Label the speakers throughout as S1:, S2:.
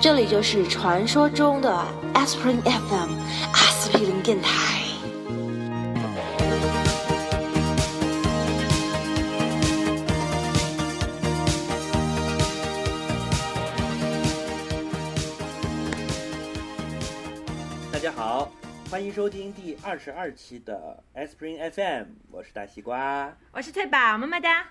S1: 这里就是传说中的 Aspirin FM 阿司匹林电台。
S2: 大家好，欢迎收听第二十二期的 Spring FM，我是大西瓜。
S3: 我是翠宝，么么哒。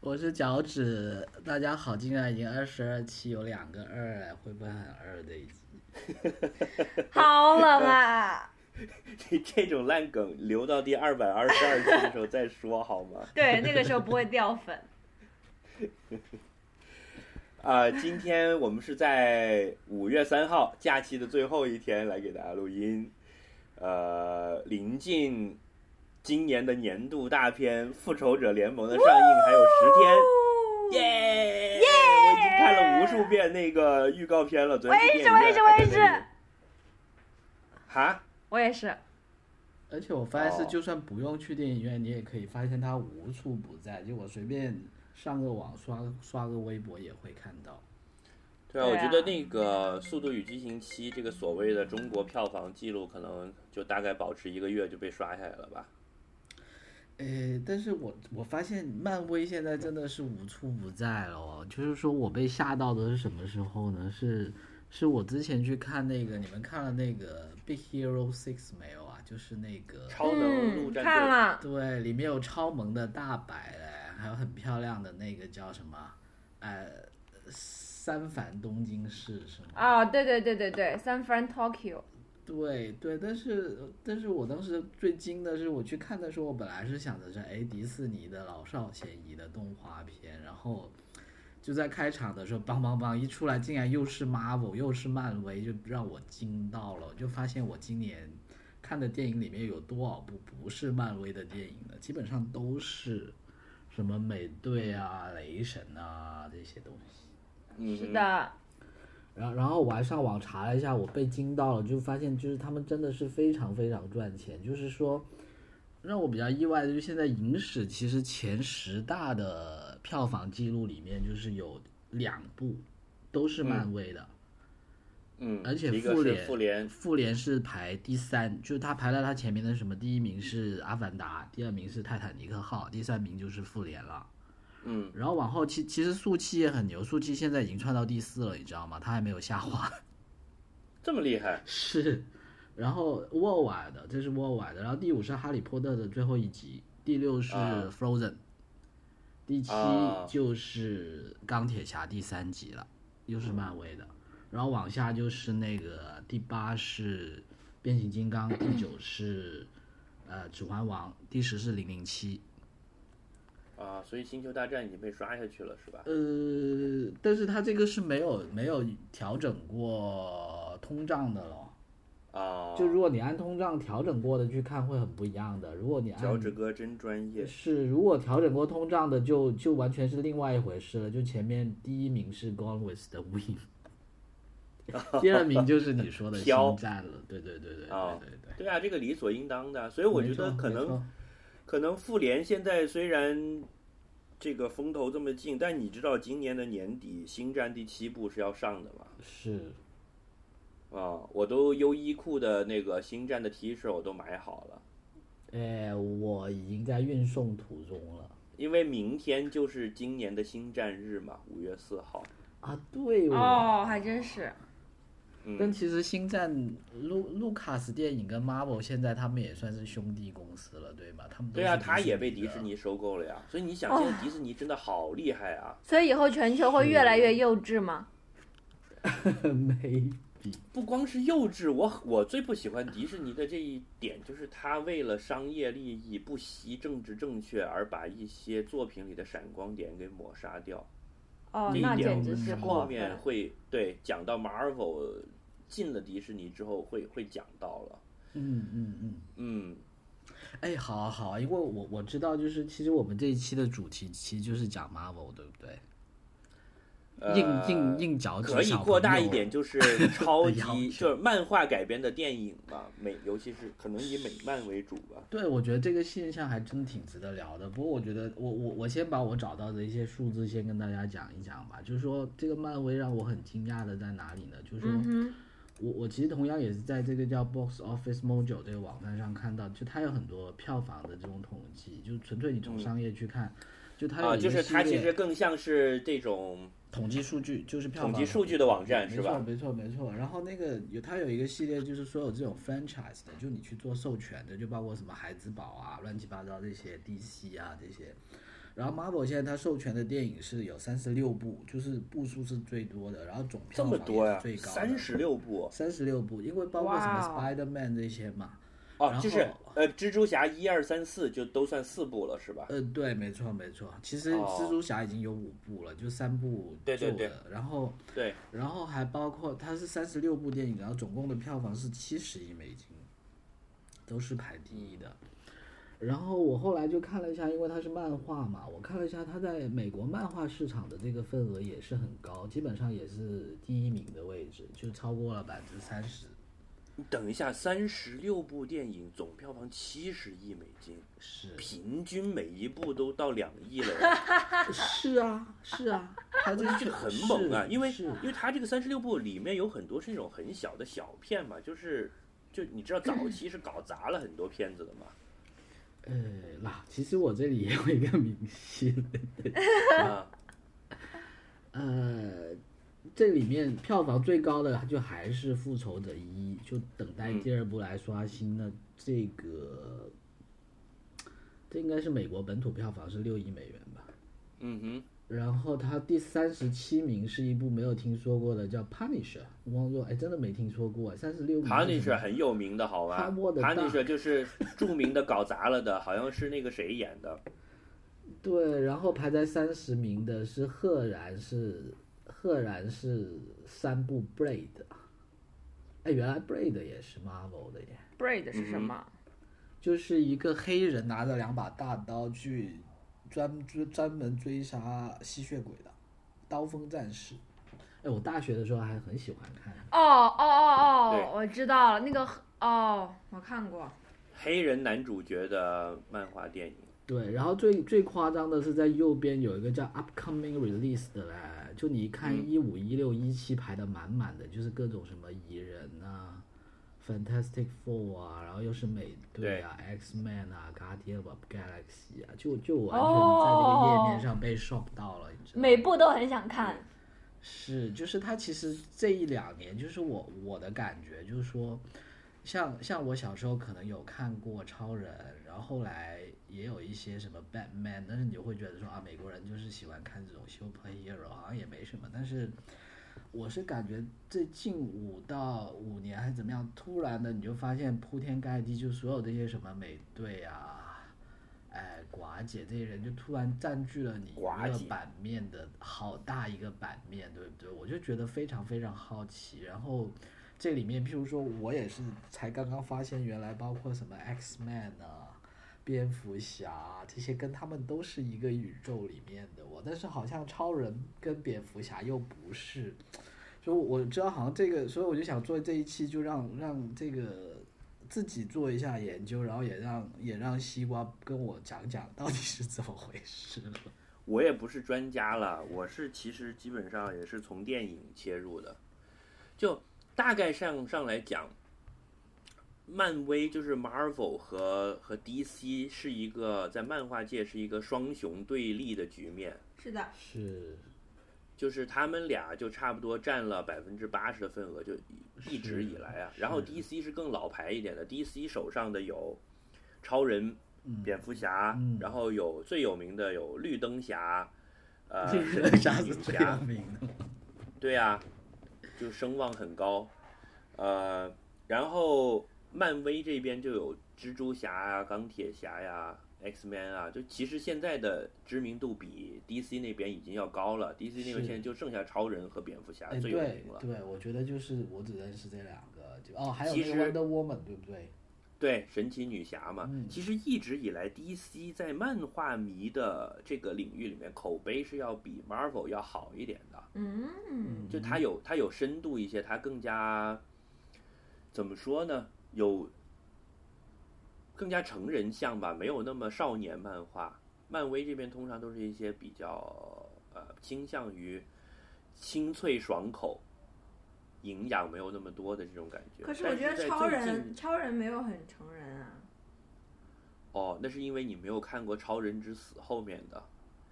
S4: 我是脚趾，大家好，竟然已经二十二期有两个二哎，会不会很二的已经？
S3: 好冷啊！
S2: 你这种烂梗留到第二百二十二期的时候再说好吗？
S3: 对，那个时候不会掉粉。
S2: 啊、今天我们是在五月三号假期的最后一天来给大家录音，呃，临近今年的年度大片《复仇者联盟》的上映还有十天。耶！我已经看了无数遍那个预告片了，昨天
S3: 我
S2: 去
S3: 也是
S2: 电影院
S3: 我也是
S2: 还
S3: 我也
S2: 在
S3: 是
S2: 那里。哈？
S3: 我也是，
S4: 而且我发现
S2: 哦
S4: 是，就算不用去电影院，你也可以发现它无处不在。就我随便上个网刷刷个微博也会看到。
S2: 对啊，我
S3: 对
S2: 觉得
S3: 啊
S2: 那个《速度与激情七》这个所谓的中国票房记录，可能就大概保持一个月就被刷下来了吧。
S4: 呃，但是我我发现漫威现在真的是无处不在了哦。就是说我被吓到的是什么时候呢？是是我之前去看那个，你们看了那个《Big Hero Six》没有啊？就是那个
S2: 超能陆
S3: 嗯，
S2: 战队、
S3: 看了，
S4: 对，里面有超萌的大白嘞，还有很漂亮的那个叫什么，呃，三反东京市是吗？
S3: 哦，对对对对对，San Fran Tokyo，
S4: 对对，但是但是我当时最惊的是，我去看的时候，我本来是想着是哎迪士尼的老少咸宜的动画片，然后就在开场的时候，梆梆梆一出来，竟然又是 Marvel 又是漫威，就让我惊到了，我就发现我今年看的电影里面有多少部不是漫威的电影呢？基本上都是什么美队啊、雷神啊这些东西。
S2: 嗯
S3: 是，的，
S4: 然后，然后我还上网查了一下，我被惊到了，就发现就是他们真的是非常非常赚钱。就是说，让我比较意外的，就是现在影史其实前十大的票房记录里面，就是有两部都是漫威的，
S2: 嗯，
S4: 而且
S2: 一个
S4: 复
S2: 是
S4: 联
S2: 复联，
S4: 复联是排第三，就是它排在它前面的什么，第一名是《阿凡达》，第二名是《泰坦尼克号》，第三名就是复联了。
S2: 嗯，
S4: 然后往后其其实速七也很牛，速七现在已经窜到第四了，你知道吗？它还没有下滑。
S2: 这么厉害，
S4: 是，然后沃瓦的，这是沃瓦的，然后第五是《哈利波特》的最后一集，第六是
S2: 啊
S4: 《Frozen》，第七
S2: 啊
S4: 就是《钢铁侠》第三集了，又是漫威的，然后往下就是那个第八是《变形金刚》，第九是呃《指环王》，第十是《零零七》。
S2: 啊，所以星球大战已经被刷下去了，是吧？
S4: 呃，但是它这个是没有没有调整过通胀的咯。
S2: 啊，
S4: 就如果你按通胀调整过的去看，会很不一样的。如果你按
S2: 脚趾哥真专业，
S4: 是，如果调整过通胀的就，就完全是另外一回事了。就前面第一名是 Gone with the Wind，第二名就是你说的
S2: 飘
S4: 星战了。对对对对对
S2: 啊
S4: 对对。
S2: 对啊，这个理所应当的，所以我觉得
S4: 没错
S2: 可
S4: 没
S2: 能
S4: 错
S2: 可能复联现在虽然这个风头这么劲，但你知道今年的年底《星战》第七部是要上的吗？
S4: 是
S2: 啊，我都优衣库的那个星战的 T 恤我都买好了，
S4: 哎，我已经在运送途中了
S2: 因为明天就是今年的星战日嘛，五月四号。
S4: 啊！对
S3: 哦，还真是，
S4: 但
S2: 嗯，
S4: 其实星战卢卢卡斯电影跟 Marvel 现在他们也算是兄弟公司了，对吗？他们都
S2: 对啊，
S4: 是
S2: 他也被
S4: 迪
S2: 迪
S4: 士
S2: 士
S4: 尼的。啊
S2: 尼收购了呀，所以你想，现在迪士尼真的好厉害啊！
S3: 所以以后全球会越来越幼稚吗？
S4: 没
S2: 不光是幼稚，我我最不喜欢迪士尼的这一点就是，他为了商业利益不惜政治正确，而把一些作品里的闪光点给抹杀掉。
S3: 哦，
S2: 这
S3: 那
S2: 一点
S3: 简
S2: 我
S3: 直
S2: 们
S3: 是
S2: 后
S3: 过
S2: 面
S3: 分。
S2: 会对讲到 Marvel 进了迪士尼之后会会讲到了。
S4: 嗯嗯。嗯
S2: 嗯，
S4: 哎，好啊好啊，因为我我知道，就是其实我们这一期的主题其实就是讲 Marvel，对不对？
S2: 呃
S4: 硬硬硬嚼
S2: 可以
S4: 小
S2: 扩大
S4: 朋友
S2: 一点，就是超
S4: 要
S2: 级
S4: 求
S2: 就是漫画改编的电影吧，美尤其是可能以美漫为主吧。
S4: 对，我觉得这个现象还真挺值得聊的。不过我觉得我，我我先把我找到的一些数字先跟大家讲一讲吧。就是说，这个漫威让我很惊讶的在哪里呢？就是说，
S3: 嗯哼，
S4: 我我其实同样也是在这个叫 Box Office Mojo 这个网站上看到，就它有很多票房的这种统计，就纯粹你从商业去看，就它有
S2: 嗯啊，
S4: 一
S2: 就
S4: 个
S2: 是
S4: 系
S2: 它其
S4: 列
S2: 实更像是这种
S4: 统计数据，就是票
S2: 统
S4: 房
S2: 计数据的网站是吧？
S4: 没错，没错，没错。然后那个有它有一个系列，就是说有这种 franchise 的，就你去做授权的，就包括什么孩之宝啊、乱七八糟这些 DC 啊这些。然后 Marvel 现在它授权的电影是有三十六部，就是部数是最多的，然后总
S2: 这
S4: 票
S2: 么
S4: 房
S2: 多
S4: 也
S2: 呀
S4: 是最，高的，
S2: 三十六部
S4: 三十六部，因为包括什么
S3: 哇哦
S4: Spider Man 这些嘛。
S2: 哦
S4: 然，
S2: 就是
S4: 后
S2: 呃，蜘蛛侠一二三四就都算四部了是吧？
S4: 呃，对，没错，没错。其实
S2: 哦
S4: 蜘蛛侠已经有五部了，就三部
S2: 对对
S4: 旧
S2: 对
S4: 的然后
S2: 对，
S4: 然后还包括它是三十六部电影，然后总共的票房是七十亿美金，都是排第一的。然后我后来就看了一下，因为它是漫画嘛，我看了一下它在美国漫画市场的这个份额也是很高，基本上也是第一名的位置，就超过了百分之三十。
S2: 你等一下，三十六部电影总票房七十亿美金，
S4: 是
S2: 平均每一部都到两亿了呀，
S4: 是啊，是啊，它这个
S2: 这个很猛啊！
S4: 是
S2: 因为
S4: 是
S2: 因为它这个三十六部里面有很多是那种很小的小片嘛，就是就你知道早期是搞砸了很多片子的嘛，
S4: 呃，那其实我这里也有一个明星，
S2: 啊，
S4: 呃，这里面票房最高的就还是《复仇者一》，就等待
S2: 嗯
S4: 第二部来刷新了。这个，这应该是美国本土票房是六亿美元吧。
S2: 嗯哼。
S4: 然后它第三十七名是一部没有听说过的，叫《Punisher》，我忘了，哎，真的没听说过，三十六名是什么。
S2: Punisher 很有名的好吧
S4: 哈默的大
S2: ？Punisher 就是著名的搞砸了的，好像是那个谁演的，
S4: 对，然后排在三十名的是赫然是赫然是三部 Blade，哎，原来 Blade 也是 Marvel 的耶，
S3: braid 是什么？
S4: 就是一个黑人拿着两把大刀去专追专门追杀吸血鬼的刀锋战士。哎，我大学的时候还很喜欢看，
S3: 哦哦哦
S2: 对
S3: 哦，我知道了，那个哦，我看过。
S2: 黑人男主角的漫画电影。
S4: 对，然后最最夸张的是在右边有一个叫 upcoming release 的嘞，就你一看一五一六一七排的满满的，就是各种什么蚁人啊、Fantastic Four 啊，然后又是美队啊、X Man 啊、Guardian of Galaxy 啊，就就完全在这个页面上被 shock 到了，你知道吗？
S3: 每部都很想看。
S4: 是，就是他其实这一两年，就是我我的感觉就是说，像像我小时候可能有看过超人，然后后来也有一些什么 Batman，但是你就会觉得说啊，美国人就是喜欢看这种 superhero，好像也没什么。但是我是感觉这近五到五年还是怎么样，突然的你就发现铺天盖地，就所有这些什么美队啊。哎，寡姐这些人就突然占据了你
S2: 寡
S4: 娱乐
S2: 姐
S4: 版面的好大一个版面，对不对？我就觉得非常非常好奇。然后这里面，譬如说我也是才刚刚发现，原来包括什么 X Man 啊、蝙蝠侠啊这些，跟他们都是一个宇宙里面的我，但是好像超人跟蝙蝠侠又不是。所以我知道好像这个，所以我就想做这一期，就让让这个自己做一下研究，然后也让也让西瓜跟我讲讲到底是怎么回事了。
S2: 我也不是专家了，我是其实基本上也是从电影切入的，就大概上上来讲，漫威就是 Marvel 和和 DC 是一个在漫画界是一个双雄对立的局面，
S3: 是的，
S4: 是
S2: 就是他们俩就差不多占了百分之八十的份额，就一直以来啊。
S4: 是
S2: 然后 DC 是更老牌一点的，DC 手上的有超人、
S4: 嗯
S2: 蝙蝠侠，
S4: 嗯
S2: 然后有最有名的有绿灯侠，呃，
S4: 这
S2: 神
S4: 个
S2: 奇
S4: 啥
S2: 女
S4: 是最有
S2: 侠，
S4: 名的？
S2: 对啊，就声望很高。呃，然后漫威这边就有蜘蛛侠啊、钢铁侠呀、X Man 啊，就其实现在的知名度比 DC 那边已经要高了。DC 那边
S4: 是
S2: 现在就剩下超人和蝙蝠侠
S4: 哎，
S2: 最有
S4: 对
S2: 名了。
S4: 对，我觉得就是我只认识这两个，就哦，还有
S2: 其
S4: 那
S2: 实
S4: 个 Wonder Woman，对不对？
S2: 对，神奇女侠嘛，
S4: 嗯
S2: 其实一直以来，DC 在漫画迷的这个领域里面，口碑是要比 Marvel 要好一点的。
S3: 嗯，
S2: 就它有它有深度一些，它更加怎么说呢？有更加成人向吧，没有那么少年漫画。漫威这边通常都是一些比较呃倾向于清脆爽口、营养没有那么多的这种感觉。
S3: 可是
S2: 但
S3: 我觉得
S2: 在
S3: 超
S2: 最近
S3: 人超人没有很成人啊。
S2: 哦，那是因为你没有看过《超人之死》后面的。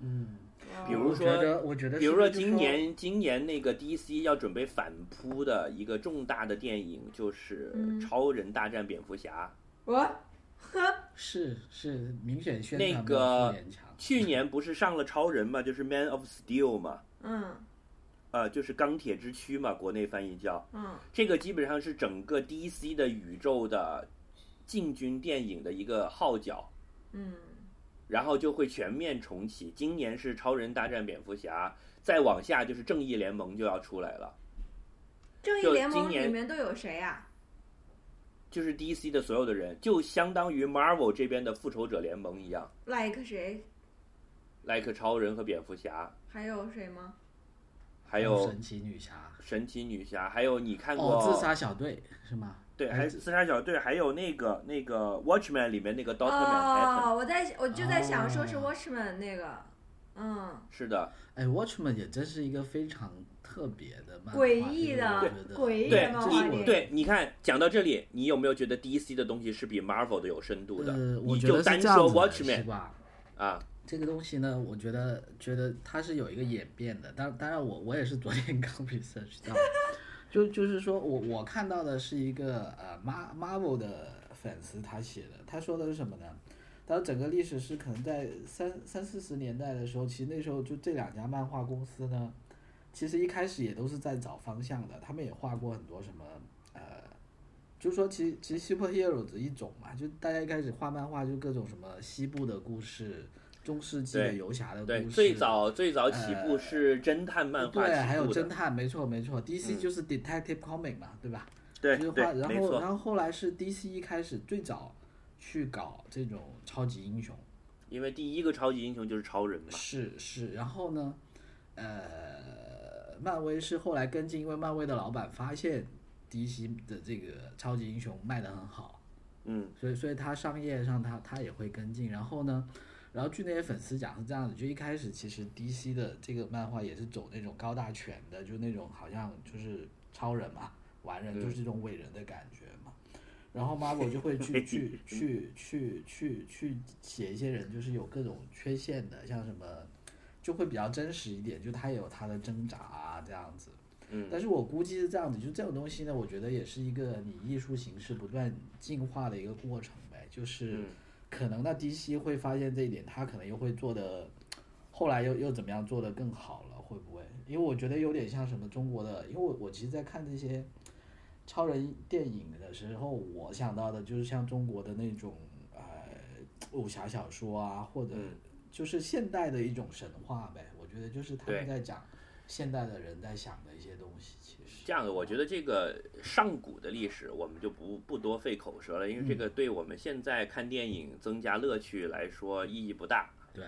S4: 嗯，
S2: 比
S3: 哦
S2: 如
S4: 我
S2: 说
S4: 觉得，我觉得，
S2: 比如说今，年今年那个 DC 要准备反扑的一个重大的电影就是
S3: 嗯
S2: 《超人大战蝙蝠侠》
S3: 我
S4: 是是明显宣
S2: 那
S4: 传
S2: 个
S4: 不廉强，
S2: 去年不是上了超人嘛，就是 Man of Steel 嘛，
S3: 嗯
S2: 呃，就是钢铁之躯嘛，国内翻译叫。
S3: 嗯
S2: 这个基本上是整个 DC 的宇宙的进军电影的一个号角，
S3: 嗯
S2: 然后就会全面重启。今年是超人大战蝙蝠侠，再往下就是正义联盟就要出来了。
S3: 正义
S2: 就
S3: 联
S2: 今
S3: 盟
S2: 年
S3: 里面都有谁啊呀、
S2: 就是 DC 的所有的人，就相当于 Marvel 这边的复仇者联盟一样
S3: ？like 谁？
S2: ，like 超人和蝙蝠侠，
S3: 还有谁吗？
S2: 还有
S4: 哦神奇女侠，
S2: 神奇女侠，还有你看过、
S4: 哦，自杀小嗯队是吗？
S2: 对，
S4: 还
S2: 还有
S4: 是
S2: 自杀小队，还有那个那个 Watchman 里面那个 Doctor Manhattan，、
S3: 哦，我在我就在想说是
S4: 哦
S3: Watchman 那个，嗯，
S2: 是的，
S4: 哎，Watchman 也真是一个非常特别的漫画，
S3: 诡异的
S4: 这个我觉
S3: 诡异的
S4: 得
S3: 漫
S2: 对
S4: 这
S3: 画
S4: 是
S3: 电
S4: 我
S3: 影
S2: 你对，你看讲到这里，你有没有觉得 DC 的东西是比 Marvel 的有深度的？
S4: 呃，我
S2: 你
S4: 觉得
S2: 就是单
S4: 这样
S2: 说
S4: 子的，是
S2: Watchman
S4: 吧？
S2: 啊，
S4: 这个东西呢，我觉得觉得它是有一个演变的，当当然我我也是昨天 刚 research 到的，就就是说我我看到的是一个呃 Mar Marvel 的粉丝他写的，他说的是什么呢？他说整个历史是可能在三三四十年代的时候，其实那时候就这两家漫画公司呢，其实一开始也都是在找方向的，他们也画过很多什么呃，就是说其实其实 superhero 的一种嘛，就大家一开始画漫画就各种什么西部的故事、中世纪的
S2: 对
S4: 游侠的故
S2: 对，
S4: 事，
S2: 最早最早起步
S4: 呃
S2: 是侦探漫画起步
S4: 对，
S2: 的，
S4: 还有侦探，没错没错，DC
S2: 嗯
S4: 就是 detective comic 嘛，对吧？
S2: 对
S4: 就是画，
S2: 对，
S4: 然
S2: 没
S4: 后
S2: 错，
S4: 然后后来是 DC 一开始最早去搞这种超级英雄，
S2: 因为第一个超级英雄就是超人嘛，
S4: 是是，然后呢，呃，漫威是后来跟进，因为漫威的老板发现 DC 的这个超级英雄卖得很好，
S2: 嗯，
S4: 所以所以他商业上他他也会跟进，然后呢，然后据那些粉丝讲是这样子，就一开始其实 DC 的这个漫画也是走那种高大全的，就那种好像就是超人嘛，完
S2: 嗯
S4: 人就是这种伟人的感觉嘛。然后 Marvel 就会去去去去去去写一些人，就是有各种缺陷的，像什么就会比较真实一点，就他也有他的挣扎啊这样子。
S2: 嗯
S4: 但是我估计是这样子，就这种东西呢，我觉得也是一个你艺术形式不断进化的一个过程呗。就是
S2: 嗯
S4: 可能那 DC 会发现这一点，他可能又会做的，后来又又怎么样做的更好了，会不会？因为我觉得有点像什么中国的，因为我我其实，在看这些超人电影的时候，我想到的就是像中国的那种呃武侠小说啊，或者
S2: 嗯
S4: 就是现代的一种神话呗。我觉得就是他们
S2: 对
S4: 在讲现代的人在想的一些东西，其实
S2: 这样的，我觉得这个上古的历史我们就不不多费口舌了，因为这个对我们现在看电影增加乐趣来说意义不大。
S4: 对，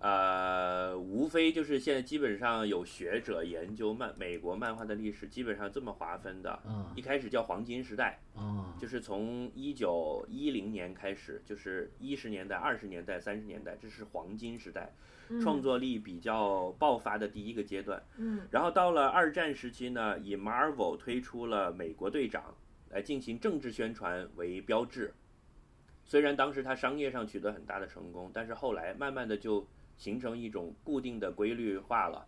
S2: 呃，无非就是现在基本上有学者研究漫美国漫画的历史，基本上这么划分的。
S4: 嗯
S2: 一开始叫黄金时代，
S4: 哦，
S2: 就是从一九一零年开始，就是一十年代、二十年代、三十年代，这是黄金时代，
S5: 嗯
S2: 创作力比较爆发的第一个阶段。
S3: 嗯
S2: 然后到了二战时期呢，以 Marvel 推出了美国队长来进行政治宣传为标志。虽然当时它商业上取得很大的成功，但是后来慢慢的就形成一种固定的规律化了，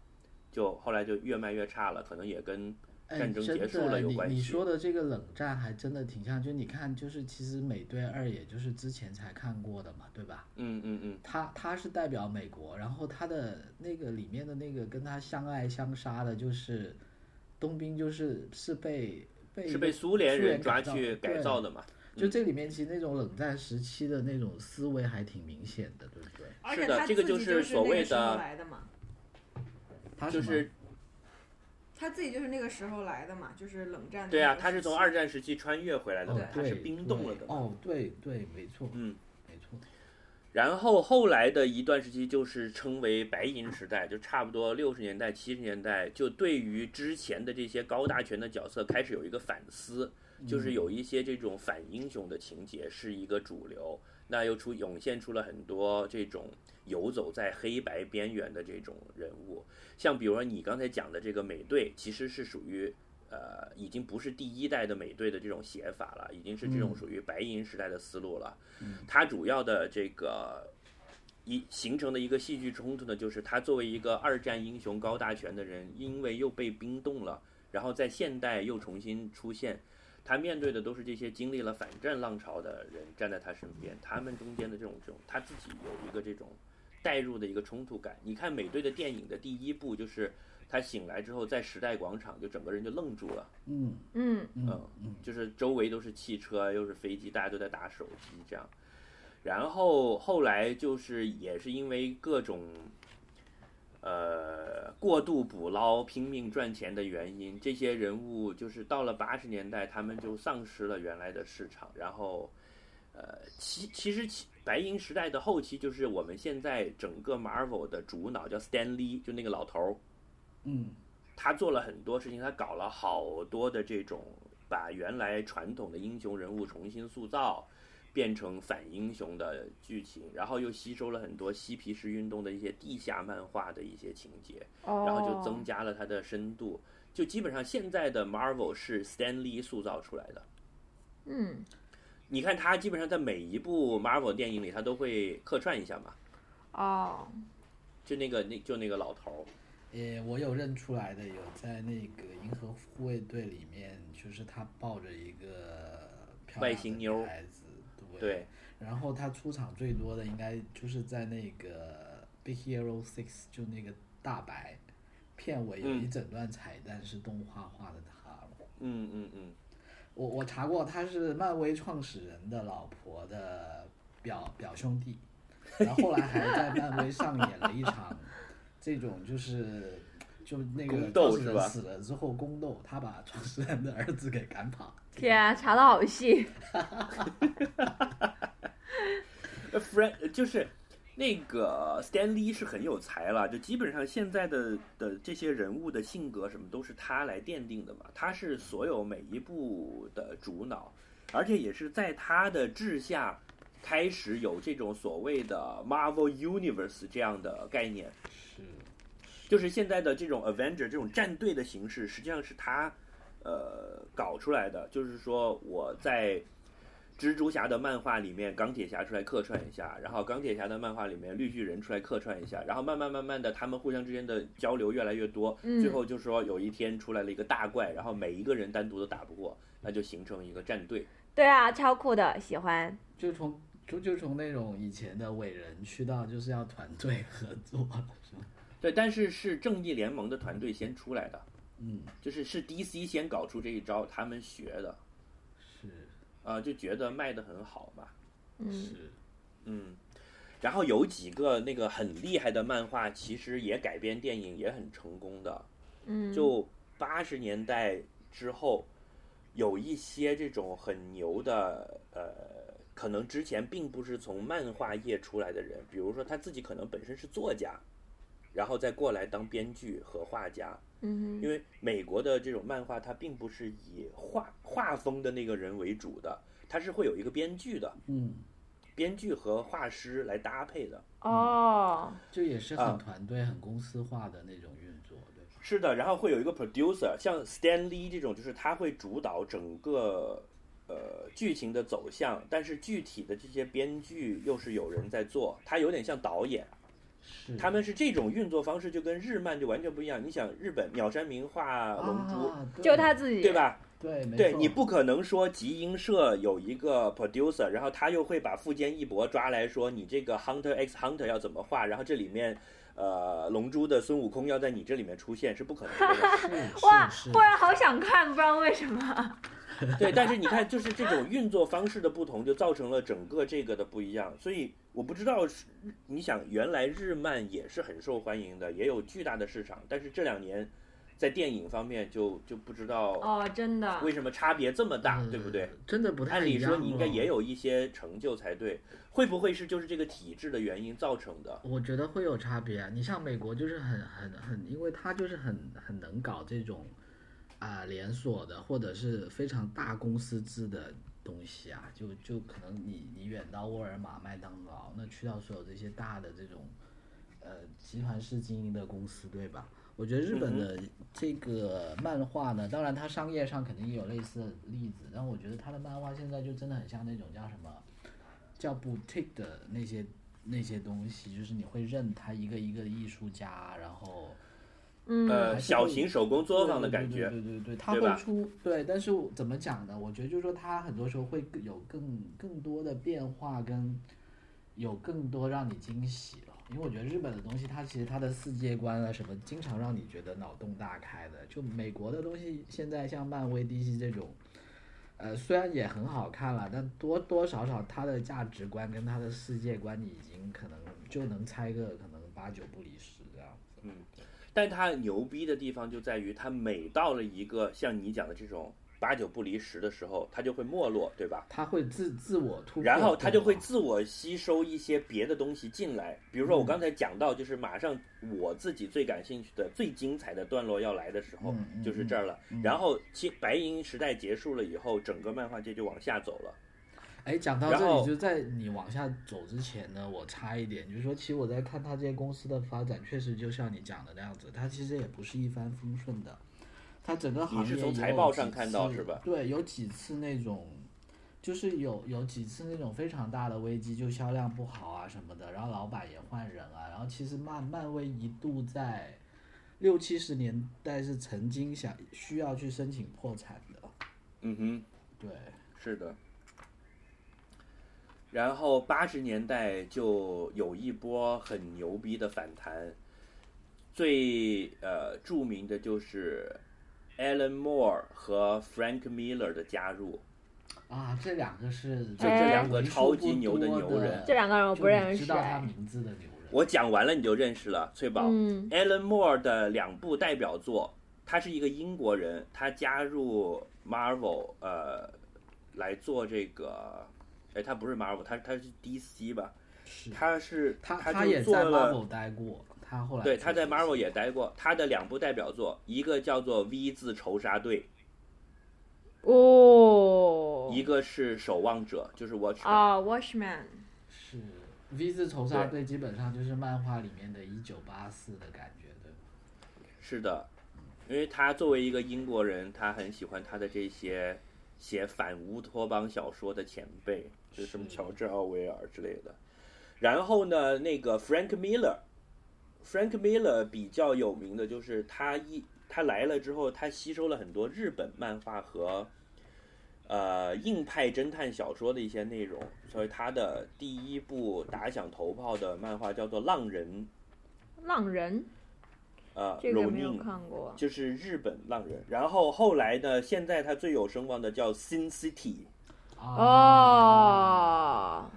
S2: 就后来就越卖越差了，可能也跟
S4: 哎
S2: 战争
S4: 真
S2: 结
S4: 的
S2: 束了有关
S4: 你你
S2: 系
S4: 说的这个冷战还真的挺像，就你看，就是其实美队二，也就是之前才看过的嘛，对吧？
S2: 嗯嗯嗯，
S4: 他他是代表美国，然后他的那个里面的那个跟他相爱相杀的，就是冬兵，就是是被被
S2: 是
S4: 一
S2: 被
S4: 个
S2: 苏联人抓
S4: 改造
S2: 去改
S4: 对
S2: 造的嘛？
S4: 就这里面其实那种冷战时期的那种思维还挺明显的，对不对？
S3: 而
S2: 是
S3: 且
S2: 的
S3: 他
S2: 这个
S3: 自
S2: 就
S3: 己
S2: 是
S3: 是
S2: 所
S3: 那个
S2: 谓
S3: 时候
S2: 的
S3: 来的嘛，
S4: 他
S2: 就是
S3: 他自己就是那个时候来的嘛，就是冷战的
S2: 对啊，
S3: 那个
S2: 他
S3: 时
S2: 是从
S3: 期
S2: 二战时期穿越回来的嘛
S4: 哦
S3: 对，
S2: 他是
S4: 对
S2: 冰冻了的
S4: 对
S2: 嘛。
S4: 哦，对对，没错，
S2: 嗯，
S4: 没错，
S2: 然后后来的一段时期就是称为白银时代，就差不多六十年代、七十年代，就对于之前的这些高大全的角色开始有一个反思，就是有一些这种反英雄的情节是一个主流，那又出涌现出了很多这种游走在黑白边缘的这种人物，像比如说你刚才讲的这个美队，其实是属于。呃，已经不是第一代的美队的这种写法了，已经是这种
S4: 嗯
S2: 属于白银时代的思路了。它主要的这个一形成的一个戏剧冲突呢，就是他作为一个二战英雄高大全的人，因为又被冰冻了，然后在现代又重新出现，他面对的都是这些经历了反战浪潮的人站在他身边，他们中间的这种这种他自己有一个这种代入的一个冲突感。你看美队的电影的第一部就是。他醒来之后，在时代广场就整个人就愣住了，
S4: 嗯
S3: 嗯
S4: 嗯
S2: 嗯
S4: 嗯，
S2: 就是周围都是汽车，啊又是飞机，大家都在打手机这样。然后后来就是也是因为各种呃过度捕捞、拼命赚钱的原因，这些人物就是到了八十年代，他们就丧失了原来的市场。然后呃，其其实其白银时代的后期，就是我们现在整个 Marvel 的主脑叫 Stan Lee，就那个老头儿。
S4: 嗯
S2: 他做了很多事情，他搞了好多的这种把原来传统的英雄人物重新塑造，变成反英雄的剧情，然后又吸收了很多嬉皮士运动的一些地下漫画的一些情节，
S3: 哦
S2: 然后就增加了它的深度。就基本上现在的 Marvel 是 Stan Lee 塑造出来的。
S3: 嗯
S2: 你看他基本上在每一部 Marvel 电影里，他都会客串一下嘛，
S3: 哦
S2: 就那个那就那个老头儿，
S4: 诶，我有认出来的，有在那个《银河护卫队》里面，就是他抱着一个漂
S2: 外
S4: 亮
S2: 星
S4: 的
S2: 妞
S4: 女
S2: 儿
S4: 孩子，对。
S2: 对，
S4: 然后他出场最多的应该就是在那个《Big Hero Six》，就那个大白，片尾有一
S2: 嗯
S4: 整段彩蛋是动画画的他嘛。
S2: 嗯嗯嗯，
S4: 我我查过，他是漫威创始人的老婆的表表兄 弟，然后后来还在漫威上演了一场这种就是就那个
S2: 宫斗
S4: 创始
S2: 是
S4: 人
S2: 吧
S4: 死了之后宫斗，他把创始人的儿子给赶跑。
S5: 天啊，查的好细。
S2: 呃，Fred 就是那个 Stan Lee 是很有才了，就基本上现在的的这些人物的性格什么都是他来奠定的嘛，他是所有每一部的主脑，而且也是在他的治下开始有这种所谓的 Marvel Universe 这样的概念，
S4: 是，
S2: 就是现在的这种 Avenger 这种战队的形式，实际上是他呃搞出来的。就是说我在蜘蛛侠的漫画里面，钢铁侠出来客串一下，然后钢铁侠的漫画里面，绿巨人出来客串一下，然后慢慢慢慢的，他们互相之间的交流越来越多，
S3: 嗯
S2: 最后就说有一天出来了一个大怪，然后每一个人单独都打不过，那就形成一个战队。
S5: 对啊，超酷的，喜欢。
S4: 就从就就从那种以前的伟人去到就是要团队合作了，是吧？
S2: 对，但是是正义联盟的团队先出来的，
S4: 嗯，
S2: 就是是 DC 先搞出这一招，他们学的，
S4: 是
S2: 啊、就觉得卖的很好嘛。
S5: 嗯，
S4: 是，
S2: 嗯，然后有几个那个很厉害的漫画，其实也改编电影也很成功的。
S5: 嗯
S2: 就八十年代之后，有一些这种很牛的，呃，可能之前并不是从漫画业出来的人，比如说他自己可能本身是作家，然后再过来当编剧和画家。
S5: 嗯
S2: 因为美国的这种漫画，它并不是以画画风的那个人为主的，它是会有一个编剧的。
S4: 嗯，
S2: 编剧和画师来搭配的。
S5: 哦，
S4: 就也是
S2: 啊
S4: 很团队、很公司化的那种运作，对吧？
S2: 是的，然后会有一个 producer，像 Stan Lee 这种，就是他会主导整个呃剧情的走向，但是具体的这些编剧又是有人在做，他有点像导演。
S4: 是
S2: 他们是这种运作方式，就跟日漫就完全不一样。你想，日本鸟山明画《龙珠》
S4: 啊对
S5: 就他自己，
S2: 对？吧？
S4: 对，没
S2: 对
S4: 错
S2: 你不可能说集英社有一个 producer，然后他又会把富坚义博抓来说你这个 Hunter x Hunter 要怎么画，然后这里面呃龙珠的孙悟空要在你这里面出现是不可能的。
S4: 是
S5: 哇，
S4: 是
S5: 忽然好想看，不知道为什 么。
S2: 对，但是你看，就是这种运作方式的不同，就造成了整个这个的不一样。所以我不知道是，你想原来日漫也是很受欢迎的，也有巨大的市场，但是这两年在电影方面就就不知道
S5: 哦，真的
S2: 为什么差别这么大，啊
S4: 嗯
S2: 对不对？？
S4: 真的不太
S2: 按
S4: 一
S2: 理
S4: 样。哦
S2: 说你应该也。有一些成就才对，会不会是就是这个体制的原因造成的？
S4: 我觉得会有差别啊！你像美国就是很很很，因为它就是很很能搞这种啊、连锁的或者是非常大公司制的东西啊，就就可能你你远到沃尔玛、麦当劳，那去到所有这些大的这种呃集团式经营的公司，对吧？我觉得日本的这个漫画呢，当然它商业上肯定也有类似的例子，但我觉得它的漫画现在就真的很像那种叫什么叫 boutique 的那些那些东西，就是你会认他一个一个的艺术家，然后
S5: 嗯
S2: 呃，
S4: 还是
S2: 小
S4: 会
S2: 型手工作坊的感觉。
S4: 对对对对对，他
S2: 对吧
S4: 会出对，但是我怎么讲呢？我觉得就是说他很多时候会更有更更多的变化，跟有更多让你惊喜了。因为我觉得日本的东西，它其实它的世界观啊什么，经常让你觉得脑洞大开的。就美国的东西，现在像漫威、DC 这种，呃，虽然也很好看了，但多多少少它的价值观跟它的世界观，你已经可能就能猜个可能八九不离十这样子。
S2: 但它牛逼的地方就在于，它每到了一个像你讲的这种八九不离十的时候，它就会没落，对吧？
S4: 它会自自我突破，
S2: 然后它就会
S4: 嗯对吧
S2: 自我吸收一些别的东西进来，比如说我
S4: 嗯
S2: 刚才讲到，就是马上我自己最感兴趣的、最精彩的段落要来的时候
S4: 嗯，嗯
S2: 就是这儿了
S4: 嗯。
S2: 然后其白银时代结束了以后，整个漫画界就往下走了。
S4: 哎，讲到
S2: 然
S4: 这
S2: 后
S4: 里，就在你往下走之前呢，我插一点，就是说，其实我在看他这些公司的发展，确实就像你讲的那样子，它其实也不是一帆风顺的。它整个行业
S2: 你是从
S4: 也
S2: 财
S4: 有
S2: 报
S4: 几
S2: 上看到
S4: 次
S2: 是吧
S4: 对，有几次那种，就是有有几次那种非常大的危机，就销量不好啊什么的，然后老板也换人啊，然后其实漫漫威一度在六七十年代是曾经想需要去申请破产的，
S2: 嗯哼，
S4: 对。
S2: 是的。然后八十年代就有一波很牛逼的反弹，最呃著名的就是 Alan Moore 和 Frank Miller 的加入。
S4: 啊，这两个是
S2: 这
S5: 这两
S2: 个超级牛的牛人
S5: 这两个人我不认
S4: 知
S5: 识
S4: 道他
S5: 哎。
S4: 名字的牛人。
S2: 我讲完了你就认识了，翠宝。
S5: 嗯
S2: Alan Moore 的两部代表作，他是一个英国人，他加入 Marvel 呃来做这个，哎，他不是 Marvel，他他是 DC 吧？
S4: 是
S2: 他是
S4: 他
S2: 他就
S4: 也
S2: 做
S4: 在
S2: 了
S4: Marvel 待过，他后来
S2: 对，
S4: 去
S2: 他在
S4: DC
S2: Marvel 也待过。他的两部代表作，一个叫做《V 字仇杀队
S5: 哦》，
S2: 一个是《守望者》，就是 Watch。m
S5: 哦，Watchman
S4: 是 V 字仇杀
S2: 对
S4: 队，基本上就是漫画里面的1984的感觉，对吧？
S2: 是的，因为他作为一个英国人，他很喜欢他的这些写反乌托邦小说的前辈，就是什么
S4: 是
S2: 乔治·奥威尔之类的。然后呢，那个 Frank Miller，Frank Miller 比较有名的就是他一他来了之后，他吸收了很多日本漫画和呃硬派侦探小说的一些内容，所以他的第一部打响头炮的漫画叫做《浪人》，
S5: 浪人，
S2: 呃，
S5: 这个
S2: 龙
S5: 没有
S2: 印
S5: 看过。
S2: 就是日本浪人。然后后来呢，现在他最有声望的叫 Sin City。嗯
S4: 啊，
S5: 哦，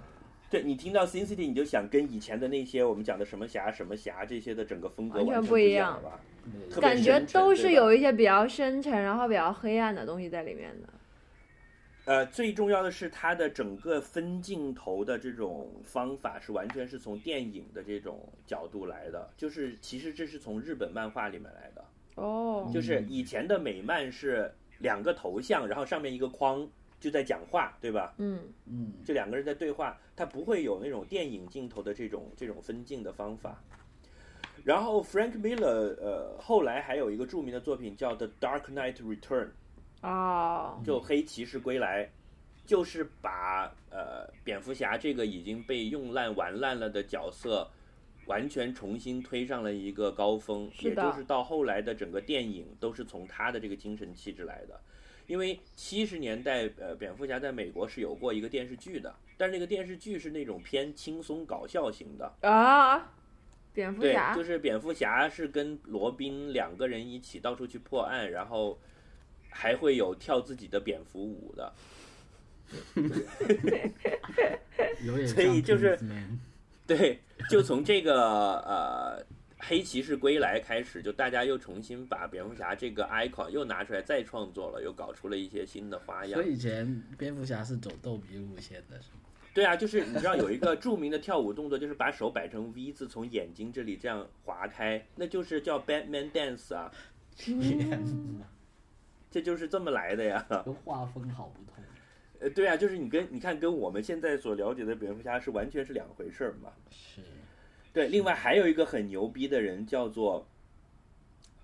S2: 对你听到 Sin City，你就想跟以前的那些我们讲的什么侠、什么侠这些的整个风格
S5: 完全
S2: 全
S5: 不
S2: 一
S5: 一样
S2: 了吧？
S4: 对
S2: 特别
S5: 感觉
S2: 深沉
S5: 都
S2: 对
S5: 是
S2: 吧
S5: 有一些比较深沉，然后比较黑暗的东西在里面的。
S2: 呃，最重要的是它的整个分镜头的这种方法是完全是从电影的这种角度来的，就是其实这是从日本漫画里面来的，
S5: 哦，
S2: 就是以前的美漫是两个头像，然后上面一个框就在讲话，对吧？
S5: 嗯，
S4: 嗯，
S2: 就两个人在对话，他不会有那种电影镜头的这种这种分镜的方法。然后 Frank Miller，呃，后来还有一个著名的作品叫《The Dark Knight Return 嗯
S5: 哦》，，
S2: 就黑骑士归来，就是把呃蝙蝠侠这个已经被用烂玩烂了的角色，完全重新推上了一个高峰，
S5: 是
S2: 也
S5: 的
S2: 就是到后来的整个电影都是从他的这个精神气质来的。因为七十年代，呃，蝙蝠侠在美国是有过一个电视剧的，但是那个电视剧是那种偏轻松搞笑型的。
S5: 啊，蝙蝠
S2: 对，
S5: 侠
S2: 就是蝙蝠侠是跟罗宾两个人一起到处去破案，然后还会有跳自己的蝙蝠舞的。
S4: 有点
S2: 所以
S4: 像
S2: 就是
S4: Kingsman
S2: 对，就从这个呃黑骑士归来开始，就大家又重新把蝙蝠侠这个 icon 又拿出来再创作了，又搞出了一些新的花样
S4: 所。以以前蝙蝠侠是走逗比路线的，是吗
S2: 对啊，就是你知道有一个著名的跳舞动作，就是把手摆成 V 字，从眼睛这里这样划开，那就是叫 Batman Dance 啊，
S4: 天哪，
S2: 这就是这么来的呀。
S4: 跟画风好不同。
S2: 呃，对啊，就是你跟你看跟我们现在所了解的蝙蝠侠是完全是两回事儿嘛。
S4: 是，
S2: 对，另外还有一个很牛逼的人叫做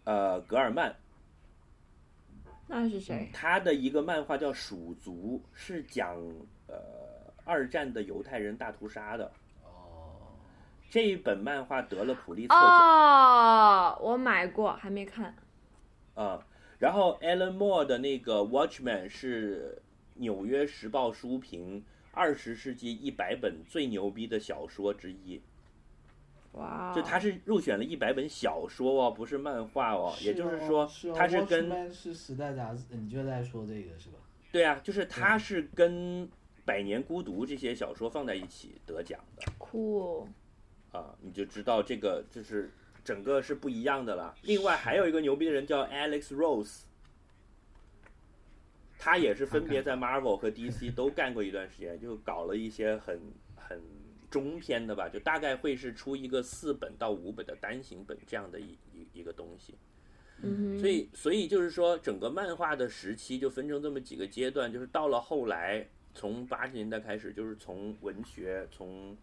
S2: 呃格尔曼，
S5: 那是谁？
S2: 他的一个漫画叫《鼠族》，是讲呃二战的犹太人大屠杀的。
S4: 哦，
S2: 这一本漫画得了普利策奖
S5: 哦，我买过，还没看。
S2: 啊、然后 Alan Moore 的那个《Watchman》是《纽约时报》书评二十世纪一百本最牛逼的小说之一，
S5: 哇哦，
S2: 就他是入选了一百本小说哦，不是漫画哦，也就是说他
S4: 是
S2: 是跟
S4: 跟是时代杂志，你就在说这个是吧？
S2: 对啊，就是他是跟《百年孤独》这些小说放在一起得奖的
S5: 酷哦，
S2: 啊，你就知道这个就是整个是不一样的了。另外还有一个牛逼的人叫 Alex Rose，他也是分别在 Marvel 和 DC 都干过一段时间，就搞了一些很很中篇的吧，就大概会是出一个四本到五本的单行本这样的一一一个东西。
S5: 嗯哼，
S2: 所以，所以就是说，整个漫画的时期就分成这么几个阶段，就是到了后来，从八十年代开始，就是从文学、从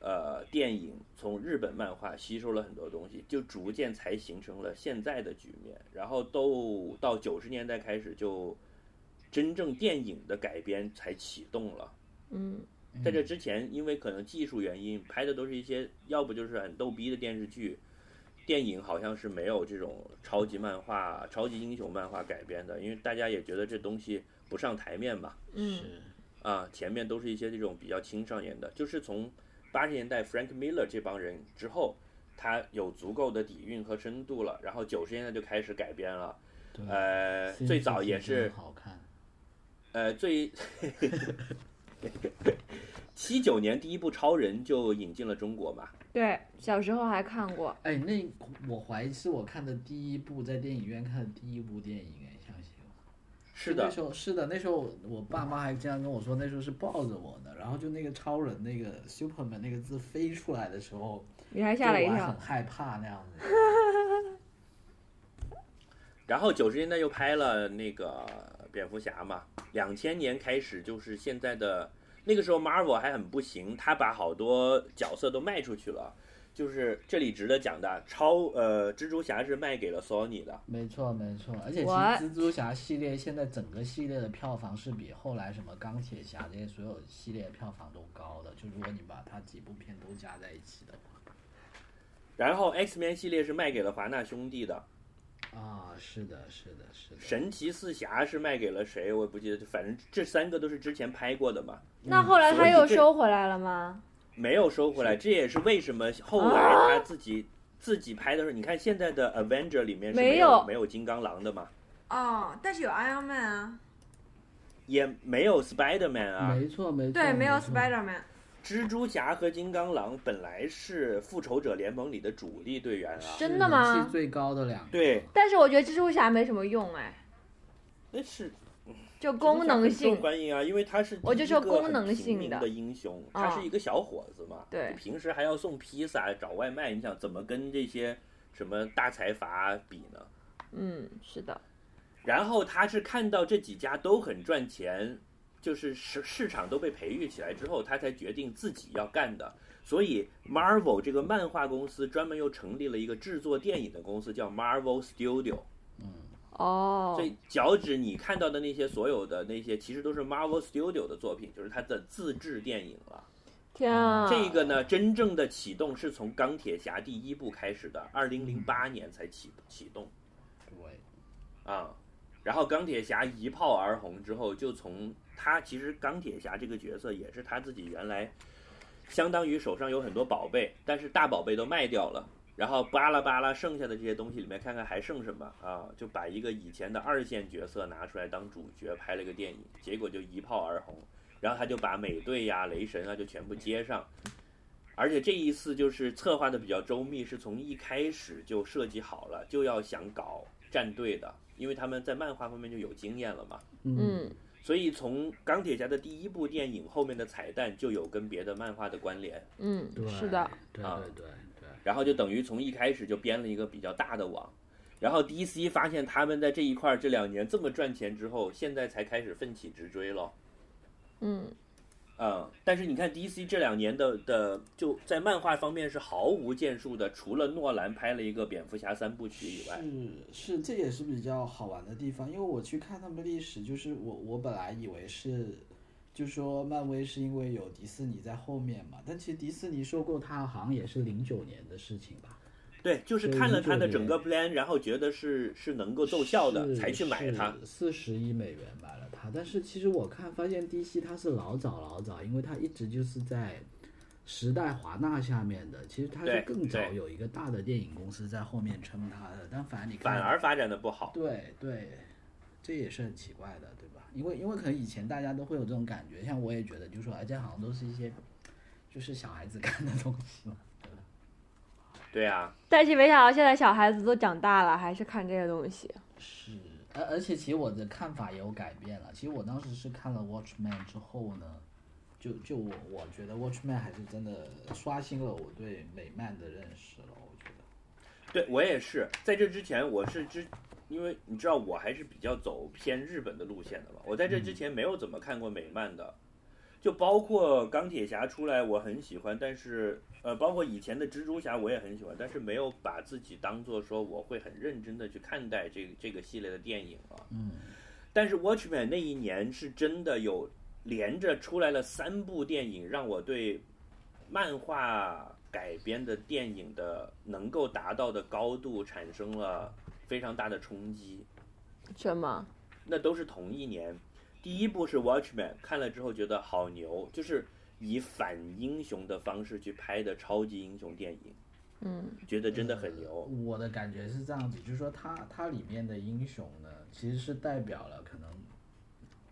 S2: 呃电影、从日本漫画吸收了很多东西，就逐渐才形成了现在的局面。然后都到九十年代开始，就真正电影的改编才启动了。
S5: 嗯
S2: 在这之前，因为可能技术原因，拍的都是一些要不就是很逗逼的电视剧，电影好像是没有这种超级漫画、超级英雄漫画改编的，因为大家也觉得这东西不上台面嘛，
S5: 嗯，
S4: 是，
S2: 啊，前面都是一些这种比较青少年的，就是从八十年代 Frank Miller 这帮人之后，他有足够的底蕴和深度了，然后九十年代就开始改编了，
S4: 对，
S2: 呃，
S4: 嗯新
S2: 最早
S4: 世纪
S2: 也
S4: 真
S2: 是
S4: 好看，
S2: 呃，最 七九年第一部《超人》就引进了中国嘛，
S5: 对，小时候还看过，
S4: 哎，那我怀疑是我看的第一部在电影院看的第一部电影，哎，相信我。
S2: 是
S4: 那
S2: 的，
S4: 时候是的，那时候我爸妈还经常跟我说，那时候是抱着我的，然后就那个超人那个 Superman 那个字飞出来的时候，
S5: 你还
S4: 就
S5: 吓了一
S4: 我还
S5: 跳
S4: 很。害怕那样子。
S2: 然后九十年代又拍了那个蝙蝠侠嘛，两千年开始就是现在的那个时候 Marvel 还很不行，他把好多角色都卖出去了。就是这里值得讲的，超呃，蜘蛛侠是卖给了 Sony 的，
S4: 没错，没错，而且其实
S5: 我
S4: 蜘蛛侠系列现在整个系列的票房是比后来什么钢铁侠这些所有系列票房都高的，就如果你把它几部片都加在一起的
S2: 然后 X Men 系列是卖给了华纳兄弟的，
S4: 话，啊，是的，是的，是的。
S2: 神奇四侠是卖给了谁我也不记得，反正这三个都是之前拍过的嘛。
S5: 那后来
S2: 嗯所
S5: 他
S2: 以
S5: 又
S2: 这
S5: 收回来了吗？
S2: 没有收回来，这也是为什么后来
S5: 啊
S2: 他自己、自己拍的时候，你看现在的 Avenger 里面是
S5: 没
S2: 没
S5: 有
S2: 没有金刚狼的嘛，
S3: 哦，但是有 Iron Man 啊，
S2: 也没有 Spider Man 啊，
S4: 没错，没错，
S3: 对，没有
S2: 嗯
S4: 错
S3: Spider Man，
S2: 蜘蛛侠和金刚狼本来是复仇者联盟里的主力队员啊，
S5: 真
S4: 是
S5: 的吗
S4: 是最高的两个，
S2: 对，
S5: 但是我觉得蜘蛛侠没什么用哎，
S2: 那是
S5: 就功
S2: 蜘蛛侠
S5: 能
S2: 很
S5: 性
S2: 受。欢迎啊，因为他是
S5: 我就说功能
S2: 第一
S5: 性的
S2: 个很平民的英雄，
S5: 啊
S2: 他是一个小伙子嘛，
S5: 对
S2: 就平时还要送披萨、找外卖，你想怎么跟这些什么大财阀比呢？
S5: 嗯，是的，
S2: 然后他是看到这几家都很赚钱，就是市市场都被培育起来之后，他才决定自己要干的。所以，Marvel 这个漫画公司专门又成立了一个制作电影的公司，叫 Marvel Studio。
S4: 嗯
S5: 哦
S2: 所，以，脚趾你看到的那些所有的那些，其实都是 Marvel Studio 的作品，就是它的自制电影了。
S5: 天啊！
S2: 嗯这个呢，真正的启动是从钢铁侠第一部开始的，二零零八年才启启动。
S4: 对，
S2: 啊，然后钢铁侠一炮而红之后，就从他其实钢铁侠这个角色也是他自己原来相当于手上有很多宝贝，但是大宝贝都卖掉了，然后巴拉巴拉剩下的这些东西里面看看还剩什么啊，就把一个以前的二线角色拿出来当主角拍了个电影，结果就一炮而红，然后他就把美队呀、雷神啊就全部接上。而且这一次就是策划的比较周密，是从一开始就设计好了，就要想搞战队的，因为他们在漫画方面就有经验了嘛。
S5: 嗯
S2: 所以从钢铁侠的第一部电影后面的彩蛋就有跟别的漫画的关联，
S5: 嗯
S4: 对，，
S5: 是的，，
S4: 对
S2: 啊
S4: 对对对，
S2: 然后就等于从一开始就编了一个比较大的网。然后 DC 发现他们在这一块儿这两年这么赚钱之后，现在才开始奋起直追咯。
S5: 嗯
S2: 嗯，但是你看 DC 这两年的的就在漫画方面是毫无建树的，除了诺兰拍了一个蝙蝠侠三部曲以外，
S4: 是是，这也是比较好玩的地方，因为我去看他们历史，就是我我本来以为是，就说漫威是因为有迪士尼在后面嘛，但其实迪士尼收购它好像也是零九年的事情吧，
S2: 对，就是看了他的整个 plan，然后觉得是是能够奏效的，
S4: 是
S2: 才去买它。，
S4: 四十亿美元买了它。但是其实我看发现 DC 它是老早老早，因为它一直就是在时代华纳下面的，其实它
S2: 对
S4: 是更早
S2: 对
S4: 有一个大的电影公司在后面撑它的，但反而你看
S2: 反而发展的不好。
S4: 对对，这也是很奇怪的，对吧？因为因为可能以前大家都会有这种感觉，像我也觉得，就是说，哎，这好像都是一些就是小孩子 看的东西嘛。对吧
S2: 对啊，
S5: 但是没想到现在小孩子都长大了，还是看这些东西。
S4: 是，而而且其实我的看法也有改变了。其实我当时是看了《Watchman》之后呢，就就我我觉得《Watchman》还是真的刷新了我对美漫的认识了。我觉得，
S2: 对我也是，在这之前我是之，因为你知道我还是比较走偏日本的路线的嘛，我在这之前没有怎么看过美漫的，就包括钢铁侠出来我很喜欢，但是呃，包括以前的蜘蛛侠我也很喜欢，但是没有把自己当做说我会很认真的去看待这个这个系列的电影啊。
S4: 嗯，
S2: 但是 Watchman 那一年是真的有连着出来了三部电影，让我对漫画改编的电影的能够达到的高度产生了非常大的冲击。
S5: 什么？
S2: 那都是同一年，第一部是 Watchman，看了之后觉得好牛，就是以反英雄的方式去拍的超级英雄电影，
S5: 嗯
S2: 觉得真的很牛。
S4: 我的感觉是这样子，就是说它它里面的英雄呢，其实是代表了可能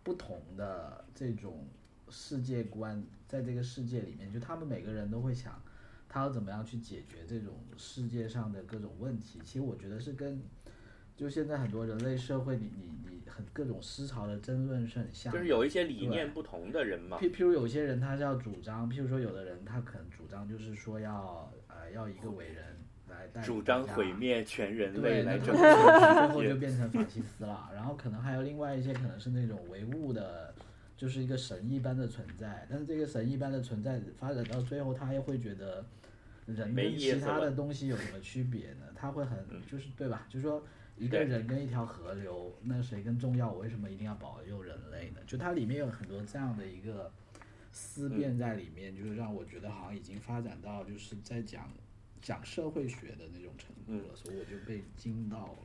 S4: 不同的这种世界观，在这个世界里面，就他们每个人都会想，他要怎么样去解决这种世界上的各种问题。其实我觉得是跟就现在很多人类社会你你你很各种思潮的争论是很像的，
S2: 就是有一些理
S4: 对
S2: 念不同的人嘛，
S4: 譬譬如有些人他是要主张，譬如说有的人他可能主张就是说要呃要一个伟人来带领
S2: 主张
S4: 大家
S2: 毁灭全人类
S4: 对，
S2: 来
S4: 那
S2: 拯
S4: 最
S2: 救 世
S4: 后
S2: 界
S4: 就。变成法西斯了。然后可能还有另外一些可能是那种唯物的，就是一个神一般的存在。但是这个神一般的存在发展到最后，他又会觉得人
S2: 没
S4: 跟
S2: 意
S4: 其
S2: 思
S4: 他
S2: 了嗯
S4: 的东西有什么区别呢？他会很就是对吧？就是说一个
S2: 对
S4: 人跟一条河流，那谁更重要？我为什么一定要保佑人类呢？就它里面有很多这样的一个。思
S2: 嗯
S4: 辨在里面，就是让我觉得好像已经发展到就是在讲讲社会学的那种程度了，
S2: 嗯
S4: 所以我就被惊到了。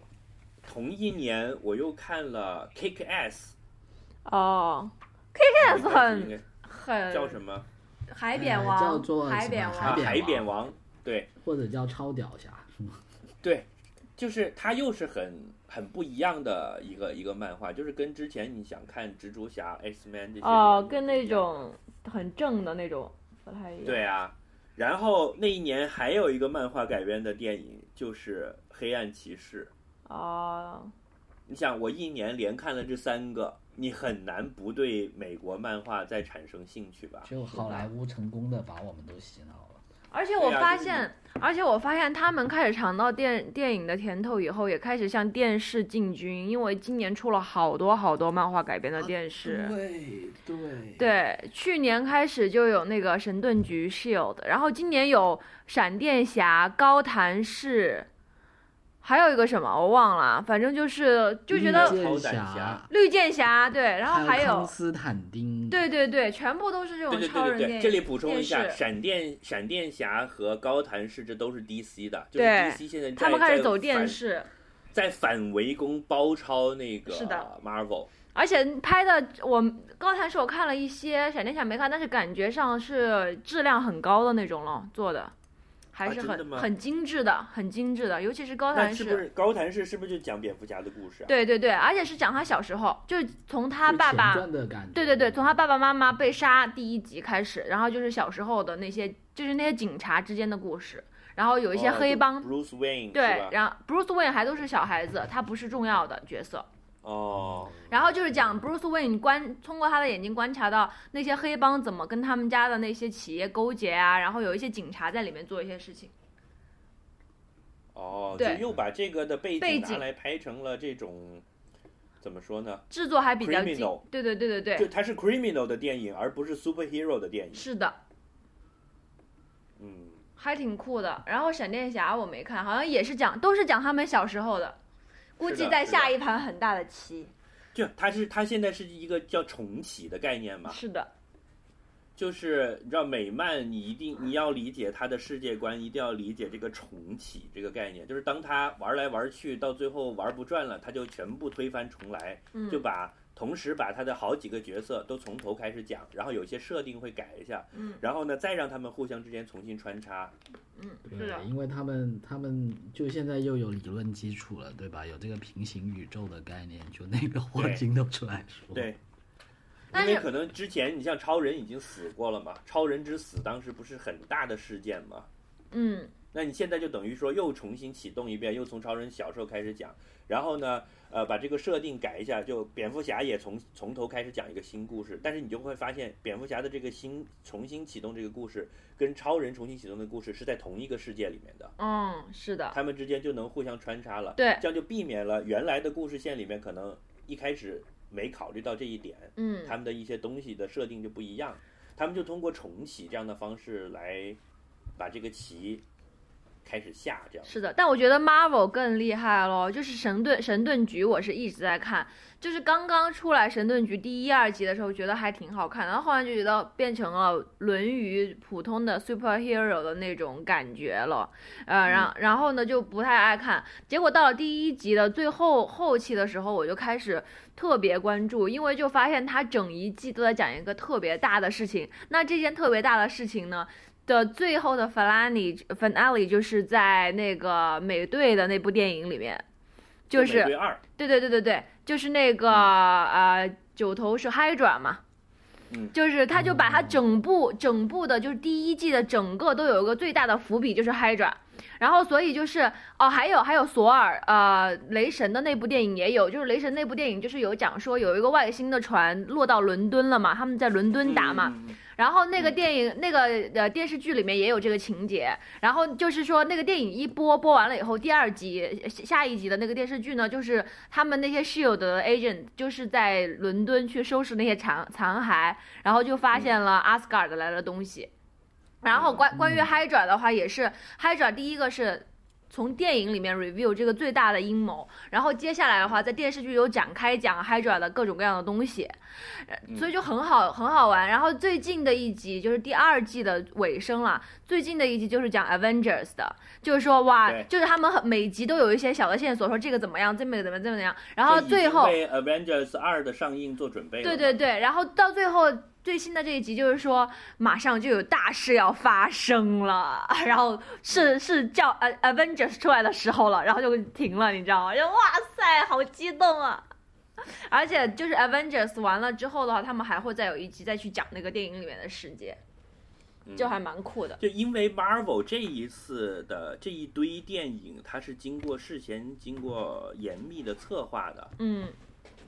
S2: 同一年，我又看了《Kick Ass
S5: 哦》
S2: ，Kick
S5: Ass 很
S2: 很
S5: 很
S2: 叫什么
S5: 哎
S3: 海扁王，
S4: 呃叫做
S3: 海
S4: 什
S3: 扁
S4: 么
S2: 啊？
S3: 王，
S2: 海
S4: 海
S2: 扁
S4: 扁
S2: 王，对
S4: 或者叫超屌侠，
S2: 对，就是它又是很很不一样的一个一个漫画，就是跟之前你想看蜘蛛侠、X Man 这些
S5: 哦
S2: 就，
S5: 跟
S2: 不一
S5: 那
S2: 样
S5: 种很正的那种不太一样。
S2: 对啊。然后那一年还有一个漫画改编的电影，就是《黑暗骑士》。
S5: 哦，
S2: 你想，我一年连看了这三个，你很难不对美国漫画再产生兴趣吧？
S4: 就好莱坞成功的把我们都洗脑了。
S5: 而且我
S2: 对啊
S5: 发
S2: 就是
S5: 现，而且我发现他们开始尝到电电影的甜头以后，也开始向电视进军，因为今年出了好多好多漫画改编的电视。
S4: 对对，
S5: 对，去年开始就有那个神盾局 Shield，然后今年有闪电侠、高谭市，还有一个什么我忘了，反正就是就觉得
S4: 绿
S2: 超
S4: 箭
S2: 胆
S4: 侠
S2: 侠，
S5: 绿箭侠对，然后还有
S4: 康斯坦丁，
S5: 对对对，全部都是这
S2: 对
S5: 种
S2: 对
S5: 超
S2: 对
S5: 人
S2: 对
S5: 电
S2: 对，
S5: 影。
S2: 这里补充一下，
S5: 电视
S2: 闪电闪电侠和高谭市这都是 DC 的，就是
S5: 对
S2: DC 现在在
S5: 他们开始走
S2: 在
S5: 电
S2: 反
S5: 视，
S2: 在反围攻包抄那个
S5: 是的
S2: Marvel，
S5: 而且拍的我高谭市我看了一些，闪电侠没看，但是感觉上是质量很高的那种了，做的还
S2: 啊
S5: 是
S2: 真
S5: 很、
S2: 的吗
S5: 很精致的，很精致的，尤其是高
S2: 那
S5: 谭
S2: 是
S5: 市。
S2: 不是高谭市是不是就讲蝙蝠侠的故事啊？
S5: 对对对，而且是讲他小时候，就是从他
S4: 就
S5: 爸
S4: 前
S5: 爸，
S4: 传的感觉。
S5: 对对对，从他爸爸妈妈被杀第一集开始，然后就是小时候的那些，就是那些警察之间的故事，然后有
S2: 有
S5: 一些黑帮，
S2: 哦 Bruce Wayne
S5: 对，
S2: 是吧？
S5: 然后 Bruce Wayne 还都是小孩子，他不是重要的角色。
S2: 哦，
S5: 然后就是讲 Bruce Wayne 观通过他的眼睛观察到那些黑帮怎么跟他们家的那些企业勾结啊，然后有一些警察在里面做一些事情。
S2: 哦，
S5: 对
S2: 就又把这个的背
S5: 背
S2: 景拿
S5: 景
S2: 来拍成了这种，怎么说呢？
S5: 制作还比较近
S2: Criminal
S5: 对对对对
S2: 就
S5: 对，
S2: 它是 criminal 的电影，而不是 superhero 的电影。
S5: 是的，
S2: 嗯，
S5: 还挺酷的。然后闪电侠我没看，好像也是讲都是讲他们小时候的，估
S2: 是
S5: 计
S2: 的
S5: 在
S2: 是的
S5: 下一盘很大的棋。
S2: 就它是它现在是一个叫重启的概念嘛，
S5: 是的，
S2: 就是你知道美漫，你一定你要理解它的世界观，一定要理解这个重启这个概念，就是当他玩来玩去，到最后玩不转了，他就全部推翻重来，
S5: 嗯，
S2: 就把同时把他的好几个角色都从头开始讲，然后有些设定会改一下，
S5: 嗯
S2: 然后呢再让他们互相之间重新穿插。
S5: 嗯，是的
S4: 对，，因为他们他们就现在又有理论基础了，对吧？有这个平行宇宙的概念，就那个霍
S2: 对
S4: 金都出来
S5: 嗯
S4: 说，
S2: 对，
S5: 但
S2: 因
S5: 是
S2: 为可能之前你像超人已经死过了嘛，超人之死当时不是很大的事件嘛，
S5: 嗯，
S2: 那你现在就等于说又重新启动一遍，又从超人小时候开始讲，然后呢，呃，把这个设定改一下，就蝙蝠侠也从从头开始讲一个新故事。但是你就会发现，蝙蝠侠的这个新重新启动这个故事，跟超人重新启动的故事是在同一个世界里面的，
S5: 嗯，是的，
S2: 他们之间就能互相穿插了。
S5: 对
S2: 这样就避免了原来的故事线里面可能一开始没考虑到这一点，
S5: 嗯
S2: 他，们的一些东西的设定就不一样，他们就通过重启这样的方式来把这个棋开始下，这样
S5: 是的。但我觉得 Marvel 更厉害咯，就是神盾神盾局，我是一直在看，就是刚刚出来神盾局第一二集的时候，觉得还挺好看，然后后来就觉得变成了沦于普通的 superhero 的那种感觉了，呃，然然后呢就不太爱看，结果到了第一集的最后后期的时候，我就开始特别关注，因为就发现它整一季都在讲一个特别大的事情。那这件特别大的事情呢的最后的 finale finale 就是在那个美队的那部电影里面，就
S2: 美
S5: 是
S2: 队二，
S5: 对对对对对，就是那个、呃九头蛇 Hydra 嘛。
S2: 嗯
S5: 就是他就把他整部、整部的，就是第一季的整个都有一个最大的伏笔，就是 Hydra。然后，所以就是哦，还有还有索尔，呃，雷神的那部电影也有，就是雷神那部电影就是有讲说有一个外星的船落到伦敦了嘛，他们在伦敦打嘛，
S2: 嗯，嗯嗯
S5: 然后那个电影、那个呃电视剧里面也有这个情节，然后就是说那个电影一播播完了以后，第二集下下一集的那个电视剧呢，就是他们那些 Shield 的 agent 就是在伦敦去收拾那些残残骸，然后就发现了 Asgard 的来的东西。然后关关于 Hydra 的话，也是 Hydra 第一个是从电影里面 review 这个最大的阴谋，然后接下来的话在电视剧有展开讲 Hydra 的各种各样的东西，呃
S2: 嗯
S5: 所以就很好很好玩。然后最近的一集就是第二季的尾声了，最近的一集就是讲 Avengers 的，就是说哇
S2: 对，
S5: 就是他们很每集都有一些小的线索，说这个怎么样，这个怎么样，这个怎么样，然
S2: 就
S5: 后
S2: 已经
S5: 最后
S2: 为 Avengers 二的上映做准备了嘛，
S5: 对对对，然后到最后最新的这一集就是说，马上就有大事要发生了， 然后是是叫呃 Avengers 出来的时候了，然后就停了，你知道吗？就哇塞，好激动啊！而且就是 Avengers 完了之后的话，他们还会再有一集再去讲那个电影里面的世界，
S2: 嗯
S5: 就还蛮酷的。
S2: 就因为 Marvel 这一次的这一堆电影，它是经过事前经过严密的策划的，
S5: 嗯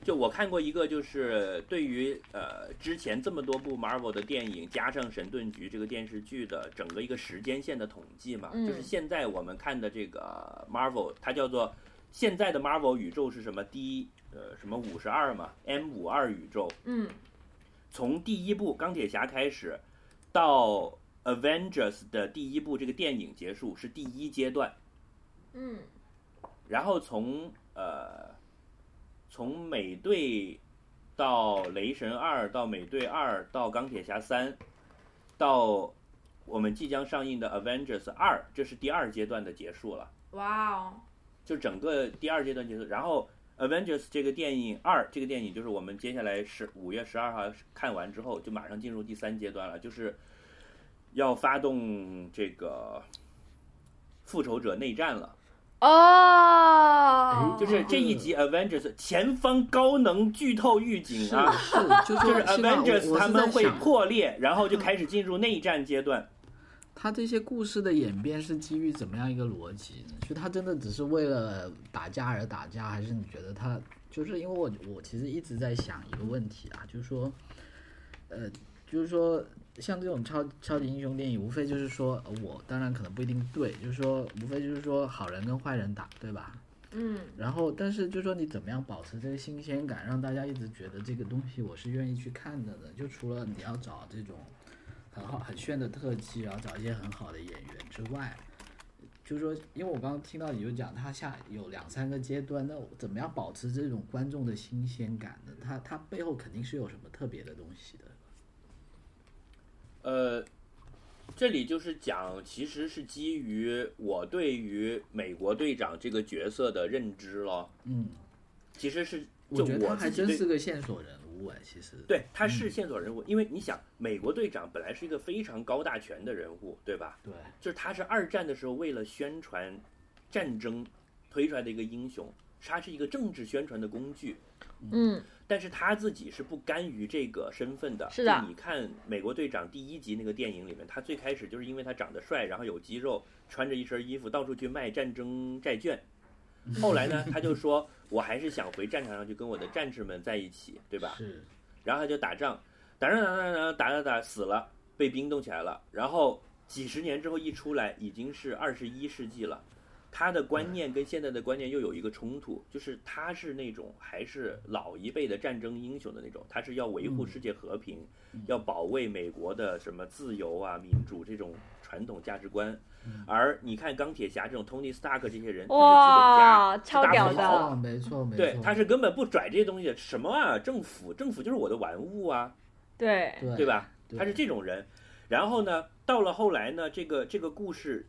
S2: 就我看过一个，就是对于呃之前这么多部 Marvel 的电影，加上《神盾局》这个电视剧的整个一个时间线的统计嘛，
S5: 嗯
S2: 就是现在我们看的这个 Marvel，它叫做现在的 Marvel 宇宙是什么？第一呃什么五十二嘛，M 五二宇宙，
S5: 嗯
S2: 从第一部钢铁侠开始到 Avengers 的第一部这个电影结束是第一阶段。
S5: 嗯
S2: 然后从呃，从美队到雷神二，到美队二，到钢铁侠三，到我们即将上映的 Avengers 二，这是第二阶段的结束了，
S3: 哇哦，
S2: 就整个第二阶段结束。然后 Avengers 这个电影二，这个电影就是我们接下来十五月十二号看完之后，就马上进入第三阶段了，就是要发动这个复仇者内战了。
S5: 哦，
S2: 哎就是这
S4: 嗯
S2: 一集 Avengers 前方高能剧透预警
S4: 是
S2: 啊，
S4: 是，就
S2: 就是
S4: 是
S2: Avengers 他们会
S4: 破。
S2: 破裂，然后就开始进入内战阶段。
S4: 它这些故事的演变是基于怎么样一个逻辑呢？就它真的只是为了打架而打架，还是你觉得它就是因为我我其实一直在想一个问题啊，就是说，呃，就是说像这种超超级英雄电影，无非就是说呃我当然可能不一定对，就是说无非就是说好人跟坏人打，对吧？
S5: 嗯，
S4: 然后，但是就说你怎么样保持这个新鲜感，让大家一直觉得这个东西我是愿意去看的呢？就除了你要找这种很好很炫的特技，然后找一些很好的演员之外，就说，因为我刚刚听到你就讲它下有两三个阶段，那我怎么样保持这种观众的新鲜感呢？它它背后肯定是有什么特别的东西的。嗯
S2: 呃，这里就是讲，其实是基于我对于美国队长这个角色的认知咯。
S4: 嗯，
S2: 其实是
S4: 我
S2: 就
S4: 觉得他
S2: 我自
S4: 还
S2: 己
S4: 真
S2: 对
S4: 是个线索人物哎，其实。
S2: 对，他是线索人物，因为你想，美国队长本来是一个非常高大全的人物，对吧？
S4: 对，
S2: 就是他是二战的时候为了宣传战争推出来的一个英雄，他是一个政治宣传的工具。
S5: 嗯，
S2: 但是他自己是不甘于这个身份的。
S5: 是的
S2: 就你看《美国队长》第一集那个电影里面，他最开始就是因为他长得帅，然后有肌肉，穿着一身衣服到处去卖战争债 券。后来呢，他就说：“我还是想回战场上去跟我的战士们在一起，对吧？”
S4: 是，
S2: 然后他就打仗，打仗打仗打仗打打打死了，被冰冻起来了。然后几十年之后一出来，已经是二十一世纪了。他的观念跟现在的观念又有一个冲突，就是他是那种还是老一辈的战争英雄的那种，他是要维护世界和平，要保卫美国的什么自由啊、民主这种传统价值观。而你看钢铁侠这种 Tony Stark 这些人，他是资本家，
S5: 哇，超
S2: 大
S5: 屌
S2: 富
S5: 的
S2: 豪
S4: 哦，！没错没错。
S2: 对，他是根本不拽这些东西的，什么啊，政府，政府就是我的玩物啊，
S5: 对，
S4: 对
S2: 对？吧？
S4: 对，
S2: 他是这种人。然后呢，到了后来呢，这个这个故事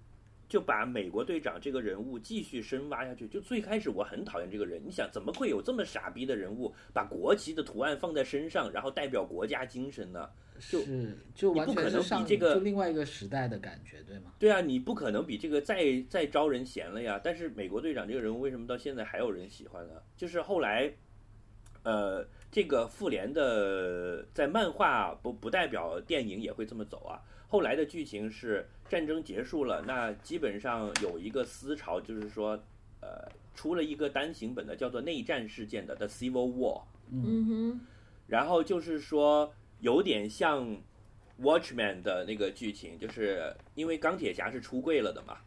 S2: 就把美国队长这个人物继续深挖下去。就最开始我很讨厌这个人，你想怎么会有这么傻逼的人物，把国旗的图案放在身上，然后代表国家精神呢？就是
S4: 就
S2: 你
S4: 完
S2: 不可
S4: 全
S2: 能
S4: 是
S2: 比
S4: 上
S2: 这个
S4: 就另外一个时代的感觉，对吗？
S2: 对啊，你不可能比这个再再招人嫌了呀。但是美国队长这个人物为什么到现在还有人喜欢呢？就是后来，呃，这个复联的在漫画不不代表电影也会这么走啊。后来的剧情是战争结束了，那基本上有一个思潮，就是说，呃，出了一个单行本的叫做《内战事件》的《The Civil War》，
S5: 嗯
S2: 然后就是说有点像 Watchman 的那个剧情，就是因为钢铁侠是出柜了的嘛，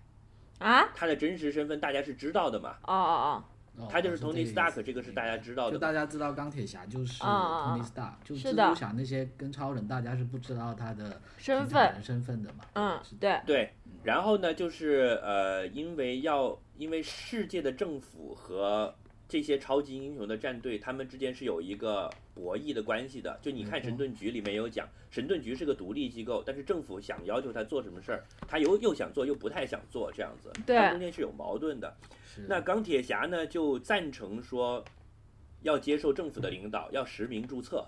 S5: 哼，啊，
S2: 他的真实身份大家是知道的嘛，
S5: 哦哦
S4: 哦
S2: 他就是
S4: 这
S2: Tony
S4: 个意
S2: Stark，
S4: 思
S2: 这个是大家知道
S4: 就
S2: 的
S4: 大
S2: 嘛。
S4: 家知道钢铁侠就是
S5: 啊啊啊
S4: Tony Stark，就是蜘
S5: 的
S4: 蛛侠那些跟超人大家是不知道他的
S5: 哦，身
S4: 平常
S5: 份，
S4: 人身份的嘛。
S5: 嗯
S4: 是，
S5: 对，
S2: 对，然后呢，就是呃，因为要因为世界的政府和这些超级英雄的战队，他们之间是有一个博弈的关系的。就你看
S4: 嗯
S2: 神盾局里面有讲，神盾局是个独立机构，但是政府想要求他做什么事儿，他又又想做又不太想做，这样子，
S5: 对
S2: 它中间是有矛盾的。
S4: 是
S2: 那钢铁侠呢，就赞成说要接受政府的领导，要实名注册。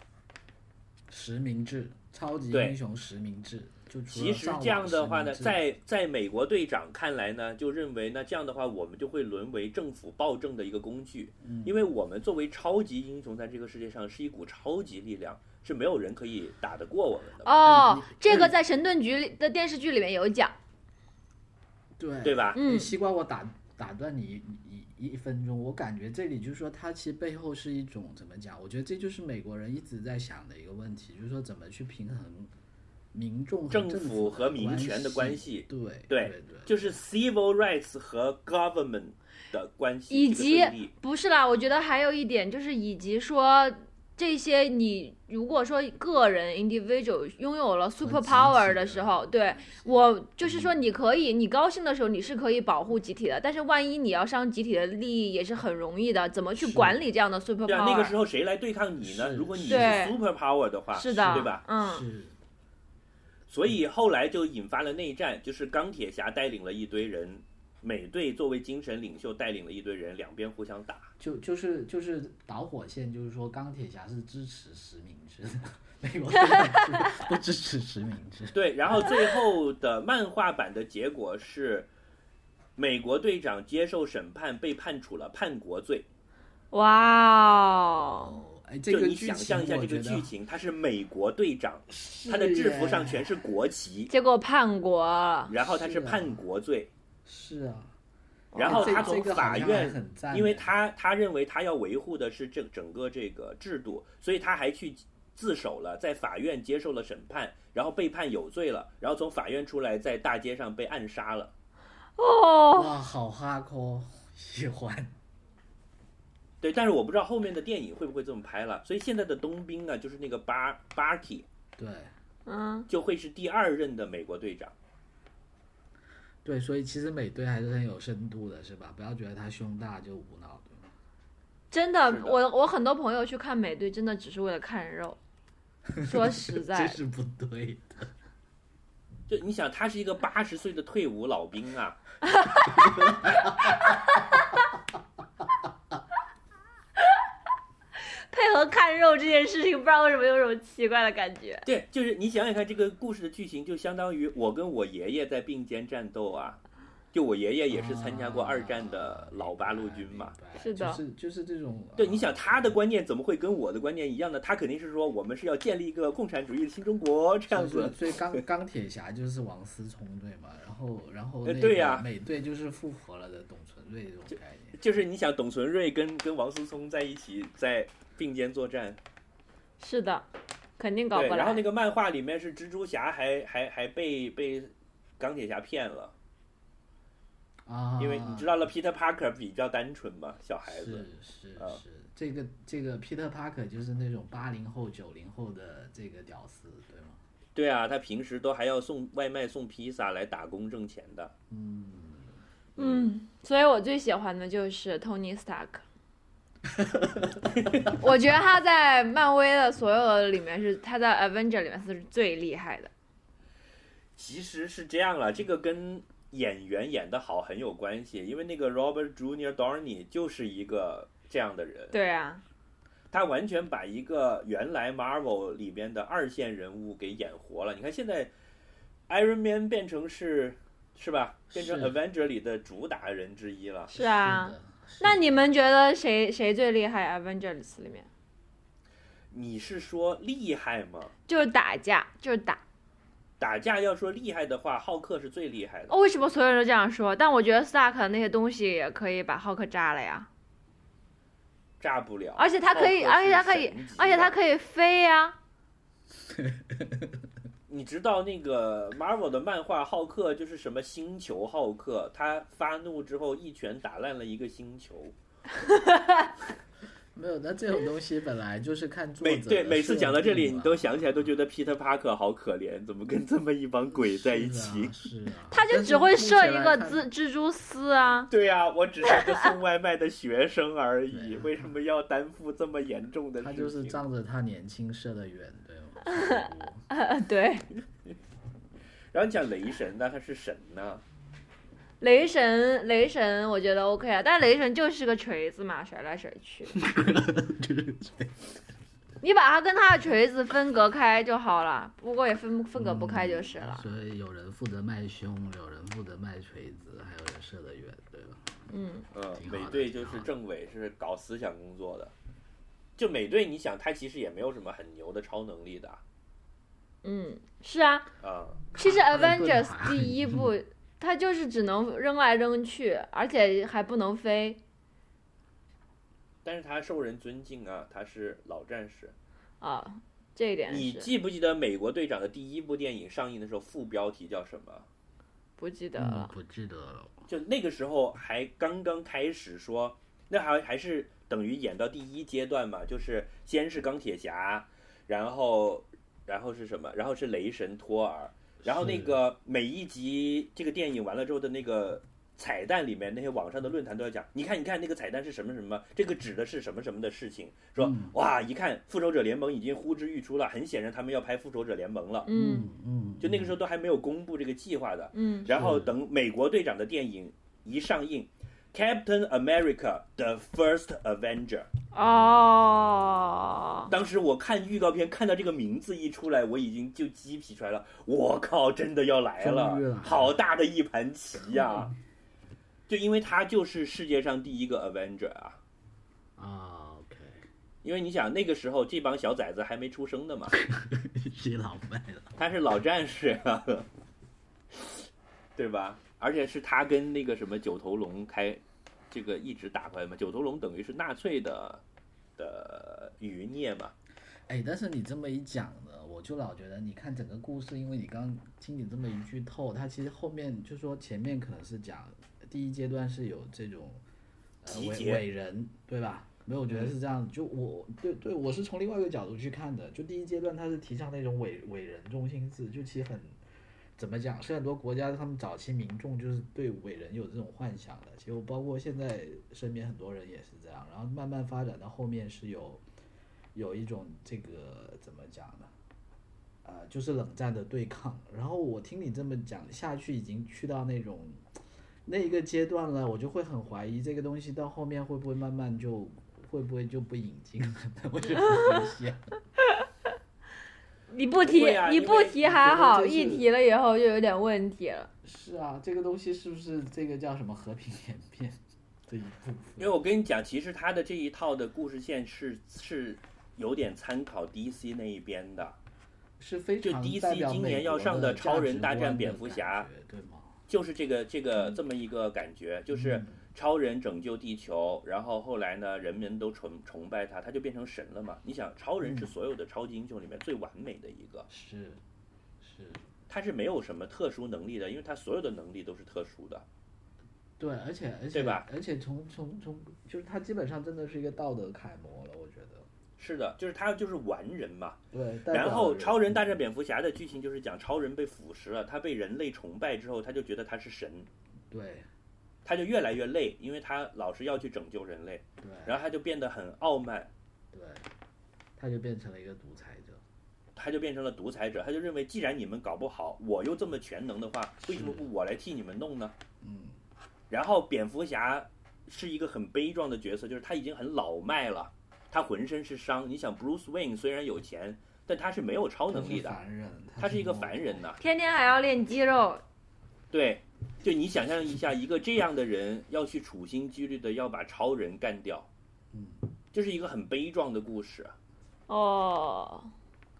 S4: 实名制，超级
S2: 对
S4: 英雄实名制，就除
S2: 其
S4: 了
S2: 实
S4: 上网
S2: 这样的话呢，
S4: 实名制
S2: 在在美国队长看来呢，就认为呢，这样的话我们就会沦为政府暴政的一个工具，
S5: 嗯
S2: 因为我们作为超级英雄，在这个世界上是一股超级力量，是没有人可以打得过我们的，
S5: 哦，这
S2: 嗯
S5: 个在《神盾局》里的电视剧里面有讲，
S4: 对
S2: 对吧？
S4: 诶
S5: 嗯，
S4: 西瓜，我打打断你一一一分钟，我感觉这里就是说，它其实背后是一种怎么讲？我觉得这就是美国人一直在想的一个问题，就是说怎么去平衡民众和
S2: 政
S4: 政
S2: 府和
S4: 的
S2: 民权的关系
S4: 对
S2: 对
S4: 对
S2: 就是 civil rights 和 government 的关系，
S5: 以
S2: 这
S5: 及
S2: 个对立
S5: 不是啦，我觉得还有一点就是，以及说这些你如果说个人 individual 拥有了 super
S4: 集体
S5: power
S4: 的
S5: 的时候，对我就是说你可以，你高兴的时候你是可以保护集体的，但是万一你要伤集体的利益也是很容易的，怎么去
S4: 是
S5: 管理这样的 super
S2: 对啊，那个时
S5: power？
S2: 候谁来对抗你呢？
S4: 是
S2: 如果你是
S5: 对
S2: super power 的话，
S5: 是的，
S2: 对吧？
S5: 嗯，
S4: 是
S2: 所以后来就引发了内战，就是钢铁侠带领了一堆人，美队作为精神领袖带领了一堆人，两边互相打。
S4: 就就是就是导火线，就是说钢铁侠是支持实名制的，美国队长是 不支持实名制。
S2: 对，然后最后的漫画版的结果是，美国队长接受审判被判处了叛国罪。
S5: 哇哦，
S4: 哦，哎，这
S2: 就
S4: 个
S2: 你
S4: 剧
S2: 想象
S4: 情
S2: 一下
S4: 我
S2: 这个
S4: 觉
S2: 剧
S4: 得
S2: 情，他是美国队长，他的
S4: 是哎
S2: 制服上
S4: 耶
S2: 全是国旗，
S5: 结果叛国了，
S2: 然后他是
S4: 是啊
S2: 叛国罪，
S4: 是啊，
S2: 然后
S4: 这
S2: 他
S4: 这
S2: 从
S4: 个好
S2: 法
S4: 像还
S2: 院
S4: 很赞哎
S2: 因为
S4: 的
S2: 他他认为他要维护的是这整个这个制度，所以他还去自首了，在法院接受了审判，然后被判有罪了，然后从法院出来，在大街上被暗杀了。
S5: 哦，
S4: 哇，好哈扣，喜欢。
S2: 对，但是我不知道后面的电影会不会这么拍了。所以现在的冬兵呢，就是那个巴巴体，
S4: 对
S5: 嗯，
S2: 就会是第二任的美国队长。
S4: 对，所以其实美队还是很有深度的，是吧？不要觉得他胸大就无脑，对吗？
S5: 真的
S2: 是，的
S5: 我我很多朋友去看美队，真的只是为了看 肉。说实在
S4: 这，是不对的。
S2: 就你想，他是一个八十岁的退伍老兵啊，
S5: 配合看肉这件事情，不知道为什么有种奇怪的感觉。
S2: 对，就是你想想看，这个故事的剧情就相当于我跟我爷爷在并肩战斗啊。就我爷爷也是参加过二战的老八路军嘛。
S4: 明白，
S5: 是的
S4: 就是就是这种。
S2: 对，
S4: 呃
S2: 你想他的观念怎么会跟我的观念一样呢？他肯定是说我们是要建立一个共产主义的新中国这样
S4: 所以
S2: 子。
S4: 所以钢钢铁侠就是王思聪对嘛，然后然后
S2: 呃
S4: 那
S2: 对
S4: 个
S2: 呀
S4: 美队就是复活了的董存瑞这种概念，
S2: 就是你想董存瑞跟跟王思聪在一起在并肩作战，
S5: 是的，肯定搞
S2: 对，
S5: 不
S2: 然后那
S5: 来。
S2: 个漫画里面是蜘蛛侠还还还被被钢铁侠骗了，
S4: 啊，
S2: 因为你知道了 Peter Parker 比较单纯嘛，小孩
S4: 是
S2: 子。
S4: 是
S2: 啊
S4: 是，这个这个 Peter Parker 就是那种八零后九零后的这个屌丝对吗？
S2: 对啊，他平时都还要送外卖送披萨来打工挣钱的。
S4: 嗯，
S5: 嗯，所以我最喜欢的就是托尼·斯塔 克。我觉得他在漫威的所有的里面是他在 Avenger 里面是最厉害的。
S2: 其实是这样了，这个跟演员演得好很有关系，因为那个 Robert Junior Downey 就是一个这样的人，
S5: 对啊，
S2: 他完全把一个原来 Marvel 里边的二线人物给演活了。你看现在 Iron Man 变成是是吧，变成
S4: 是
S2: Avenger 里的主打人之一了。
S5: 是啊。
S4: 的，是
S5: 那
S4: 的
S5: 你们觉得谁谁最厉害？Avengers 里面
S2: 你是说厉害吗？
S5: 就是打架，就是打。
S2: 打架要说厉害的话，浩克是最厉害的。
S5: 哦，为什么所有人都这样说？但我觉得 Stark 的那些东西也可以把浩克炸了呀，
S2: 炸不了，
S5: 而且他可以，
S2: 浩克
S5: 而
S2: 是
S5: 且他可以
S2: 神级，
S5: 而且他
S2: 的
S5: 可以飞呀。
S2: 你知道那个 Marvel 的漫画浩克就是什么星球浩克，他发怒之后一拳打烂了一个星球。
S4: 没有，那这种东西本来就是啊看作
S2: 每
S4: 者
S2: 对
S4: 的
S2: 每次
S4: 设
S2: 讲到这里，
S4: 定
S2: 你
S4: 嘛
S2: 都想起来，都觉得 Peter Parker 好可怜，怎么跟这么一帮鬼在一起？
S4: 是啊，是啊
S5: 他就
S4: 但
S5: 只
S4: 是
S5: 会
S4: 目
S5: 射
S4: 前
S5: 一
S4: 来
S5: 个
S4: 看
S5: 蜘蜘蛛 丝啊。
S2: 对呀、我只是个送外卖的学生而已
S4: 对，
S2: 为什么要担负这么严重的事
S4: 他
S2: 情？
S4: 就是仗着他年轻射得远，对 吗？
S5: 对，
S2: 然后你讲雷神呢，他是神呢，
S5: 雷神，雷神，我觉得 OK 啊，但雷神就是个锤子嘛，甩来甩去。你把它跟它的锤子分隔开就好了，不过也分分隔不开就是了。
S4: 嗯所以有人负责卖胸，有人负责卖锤子，还有人射得远，对吧？
S5: 嗯，
S2: 嗯，
S4: 挺好
S2: 美
S4: 的
S2: 队就
S4: 挺好的
S2: 是政委，是搞思想工作的。就美队，你想他其实也没有什么很牛的超能力的啊。
S5: 嗯，是啊，
S2: 嗯
S5: 其实
S4: 卡了一顿
S5: Avengers
S4: 牌
S5: 第一部，它就是只能扔来扔去，而且还不能飞。
S2: 但是他受人尊敬啊，他是老战士。
S5: 啊，这一点
S2: 你
S5: 是
S2: 记不记得美国队长的第一部电影上映的时候，副标题叫什么？
S5: 不记得
S4: 嗯，
S5: 了。
S4: 不记得了。
S2: 就那个时候还刚刚开始说，那还还是等于演到第一阶段嘛，就是先是钢铁侠，然后然后是什么？然后是雷神托尔，然后那
S4: 是
S2: 个每一集这个电影完了之后的那个。彩蛋里面那些网上的论坛都在讲，你看你看那个彩蛋是什么什么，这个指的是什么什么的事情，说、
S4: 嗯
S2: 哇一看复仇者联盟已经呼之欲出了，很显然他们要拍复仇者联盟了，
S5: 嗯
S4: 嗯，
S2: 就那个时候都还没有公布这个计划的，
S5: 嗯，
S2: 然后
S4: 是
S2: 等美国队长的电影一上映，《Captain America: The First Avenger》，
S5: 嗯哦，
S2: 当时我看预告片，看到这个名字一出来，我已经就鸡皮出来了。我靠，真的要来了
S4: 终于来，了
S2: 好大的一盘棋呀、就因为他就是世界上第一个 Avenger 啊，
S4: 候啊，OK，
S2: 因为你想那个时候这帮小崽子还没出生的嘛，
S4: 谁老卖了？
S2: 他是老战士啊，对吧？而且是他跟那个什么九头龙开这个一直打过来嘛，九头龙等于是纳粹的的余孽嘛，
S4: 哎，但是你这么一讲呢，我就老觉得，你看整个故事，因为你刚听你这么一剧透，它其实后面就说前面可能是讲第一阶段是有这种呃
S2: 集
S4: 伟
S2: 结嗯
S4: 伟人，对吧？没有，我觉得是这样。就我对对，我是从另外一个角度去看的。就第一阶段，它是提倡那种伟伟人中心制，就其实很怎么讲，是很多国家他们早期民众就是对伟人有这种幻想的。其实我包括现在身边很多人也是这样，然后慢慢发展到后面是有有一种这个怎么讲呢？呃，就是冷战的对抗。然后我听你这么讲下去，已经去到那种那一个阶段了，我就会很怀疑这个东西到后面会不会慢慢就会不会就不引进了？ 我觉得很危险。
S5: 你不提、
S2: 对啊
S5: 你
S2: 因为
S5: 不提还好，
S4: 我觉得这是
S5: 一提了以后就有点问题了。
S4: 是啊，这个东西是不是这个叫什么和平演变这一部
S2: 因为
S4: 分？
S2: 我跟你讲，其实他的这一套的故事线是是有点参考 DC 那一边的，
S4: 是非
S2: 就
S4: 常
S2: DC
S4: 代表
S2: 今年
S4: 美
S2: 要
S4: 国
S2: 上的
S4: 价
S2: 超人
S4: 值
S2: 大
S4: 观
S2: 战
S4: 的
S2: 蝙蝠
S4: 感
S2: 侠
S4: 觉，对吗？
S2: 就是这个这个这么一个感觉，
S4: 嗯
S2: 就是超人拯救地球，然后后来呢，人们都崇崇拜他，他就变成神了嘛。你想，超人是所有的超级英雄里面最完美的一个，
S4: 是是，
S2: 他是没有什么特殊能力的，因为他所有的能力都是特殊的。
S4: 对，而且而且
S2: 对吧
S4: 而且从从从就是他基本上真的是一个道德楷模了，我觉得。
S2: 是的，就是他就是完人嘛。
S4: 对，代表
S2: 然后
S4: 人嗯
S2: 超人大战蝙蝠侠的剧情就是讲超人被腐蚀了，他被人类崇拜之后，他就觉得他是神，
S4: 嗯对
S2: 他就越来越累，因为他老是要去拯救人类，
S4: 对
S2: 然后他就变得很傲慢，
S4: 对，他就变成了一个独裁者。
S2: 他就变成了独裁者，他就认为，既然你们搞不好，我又这么全能的话，为什么不我来替你们弄呢？
S4: 嗯，
S2: 然后蝙蝠侠是一个很悲壮的角色，就是他已经很老迈了，他浑身是伤。你想，Bruce Wayne 虽然有钱，但他是没有超能力
S4: 他是
S2: 的，
S4: 凡人，
S2: 他是一个
S4: 懦
S2: 凡人呐、
S5: 天天还要练肌肉，
S2: 对，就你想象一下，一个这样的人要去处心积虑的要把超人干掉，
S4: 嗯，
S2: 这是一个很悲壮的故事。
S5: 哦，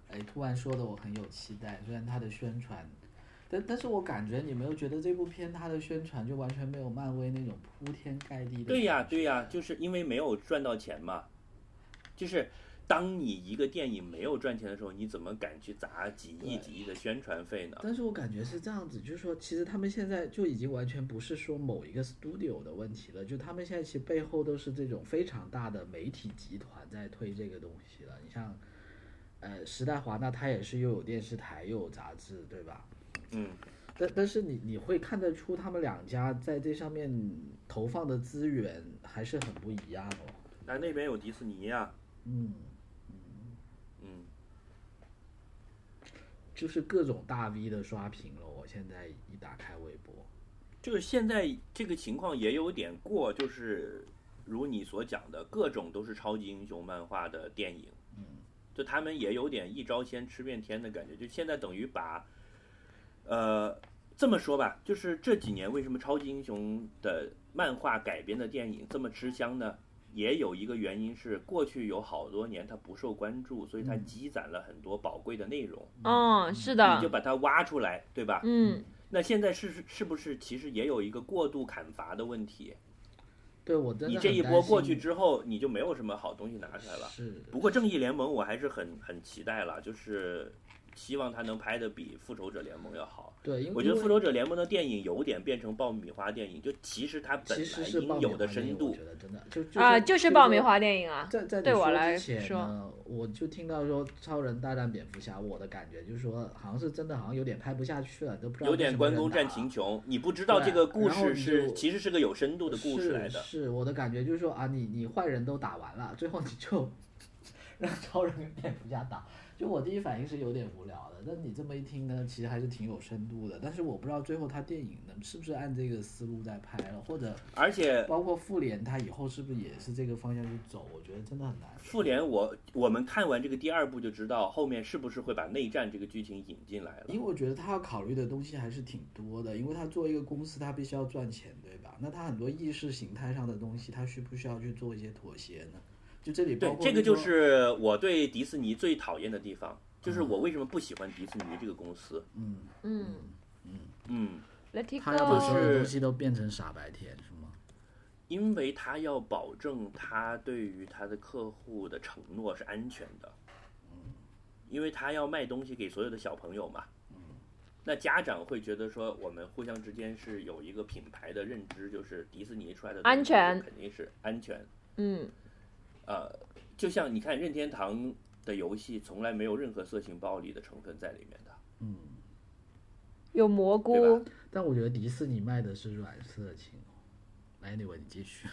S4: 哎，突然说的我很有期待，虽然它的宣传，但但是我感觉你没有觉得这部片它的宣传就完全没有漫威那种铺天盖地的。
S2: 对呀、对呀、就是因为没有赚到钱嘛，就是。当你一个电影没有赚钱的时候，你怎么敢去砸几亿、
S4: 对
S2: 几亿的宣传费呢？
S4: 但是我感觉是这样子，就是说，其实他们现在就已经完全不是说某一个 studio 的问题了，就他们现在其实背后都是这种非常大的媒体集团在推这个东西了。你像，呃，时代华纳它也是又有电视台又有杂志，对吧？
S2: 嗯，
S4: 但但是你你会看得出他们两家在这上面投放的资源还是很不一样哦。
S2: 那那边有迪士尼啊呀、
S4: 嗯，
S2: 嗯，
S4: 就是各种大 V 的刷屏了。我现在一打开微博，
S2: 就是现在这个情况也有点过，就是如你所讲的，各种都是超级英雄漫画的电影，
S4: 嗯，
S2: 就他们也有点一招鲜吃遍天的感觉，就现在等于把，呃，这么说吧，就是这几年为什么超级英雄的漫画改编的电影这么吃香呢？也有一个原因是，过去有好多年它不受关注，所以它
S4: 嗯
S2: 积攒了很多宝贵的内容，
S5: 嗯，是
S2: 你
S5: 的
S2: 就，把它挖出来，对吧？
S5: 嗯，
S2: 那现在是是不是其实也有一个过度砍伐的问题？
S4: 对我真的
S2: 你这
S4: 很
S2: 一
S4: 担
S2: 波过去
S4: 心
S2: 之后，你就没有什么好东西拿出来了。
S4: 是，
S2: 不过正义联盟我还是很很期待了，就是希望它能拍的比复仇者联盟要好。
S4: 对，因为
S2: 我觉得
S4: 因为
S2: 复仇者联盟的电影有点变成爆米花电影，就其实它本
S4: 其实
S2: 来
S4: 是爆
S2: 应
S4: 米
S2: 有
S4: 花
S2: 的
S4: 电
S2: 深
S4: 影我
S2: 度
S4: 觉。得真的就就
S5: 啊，
S4: 是
S5: 就
S4: 就是是
S5: 爆米。花电影啊，
S4: 在在你
S5: 对我
S4: 说
S5: 来
S4: 之前
S5: 说
S4: 呢，我就听到说超人大战蝙蝠侠，我的感觉就是说，好像是真的，好像有点拍不下去了，都不知道
S2: 有
S4: 为什
S2: 点
S4: 么
S2: 关
S4: 人
S2: 公战
S4: 打
S2: 秦琼，你不知道这个故
S4: 对然后
S2: 事
S4: 你
S2: 是
S4: 就
S2: 其实是个有深度的故事来的。
S4: 是是，我的感觉就是说啊，你你坏人都打完了，最后你 就让超人跟蝙蝠侠打。就我第一反应是有点无聊的，但你这么一听呢，其实还是挺有深度的。但是我不知道最后他电影呢是不是按这个思路在拍了，或者
S2: 而且
S4: 包括复联他以后是不是也是这个方向去走？我觉得真的很难说。
S2: 复联我我们看完这个第二部就知道后面是不是会把内战这个剧情引进来了。
S4: 因为我觉得他要考虑的东西还是挺多的，因为他作为一个公司，他必须要赚钱，对吧？那他很多意识形态上的东西，他需不需要去做一些妥协呢？就这里包
S2: 对，
S4: 括
S2: 这个就
S4: 说
S2: 是我对迪士尼最讨厌的地方，就是我为什么不喜欢迪士尼这个公司。
S4: 嗯，
S5: 嗯
S2: 嗯，
S5: ，Let it
S4: 他要把所有的
S2: 是
S4: 东西都变成傻白甜是吗？
S2: 因为他要保证他对于他的客户的承诺是安全的，
S4: 嗯
S2: 因为他要卖东西给所有的小朋友嘛。
S4: 嗯
S2: 那家长会觉得说，我们互相之间是有一个品牌的认知，就是迪士尼出来的东西
S5: 安全
S2: 就肯定是安全。
S5: 嗯
S2: 呃，就像你看任天堂的游戏，从来没有任何色情暴力的成分在里面的。
S4: 嗯，
S5: 有蘑
S2: 对
S5: 菇
S2: 吧，
S4: 但我觉得迪士尼卖的是软色情哦。来，你文，你继续。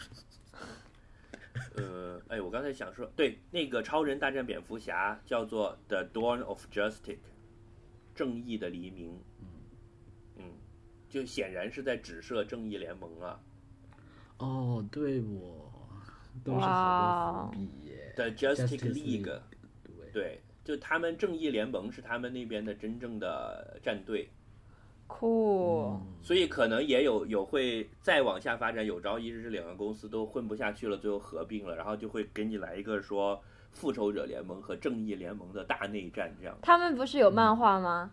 S2: 呃，哎，我刚才想说，对，那个《超人大战蝙蝠侠》叫做《The Dawn of Justice》，正义的黎明。嗯，就显然是在指涉正义联盟啊。
S4: 哦，对我都是
S5: 哇哦
S4: 好多伏笔耶。
S2: The Justice
S4: Justice
S2: League，
S4: League 对，
S2: 对，就他们正义联盟是他们那边的真正的战队，
S4: 嗯
S5: 酷，
S2: 所以可能也有有会再往下发展，有朝一日这两个公司都混不下去了，最后合并了，然后就会给你来一个说复仇者联盟和正义联盟的大内战这样。
S5: 他们不是有漫画吗？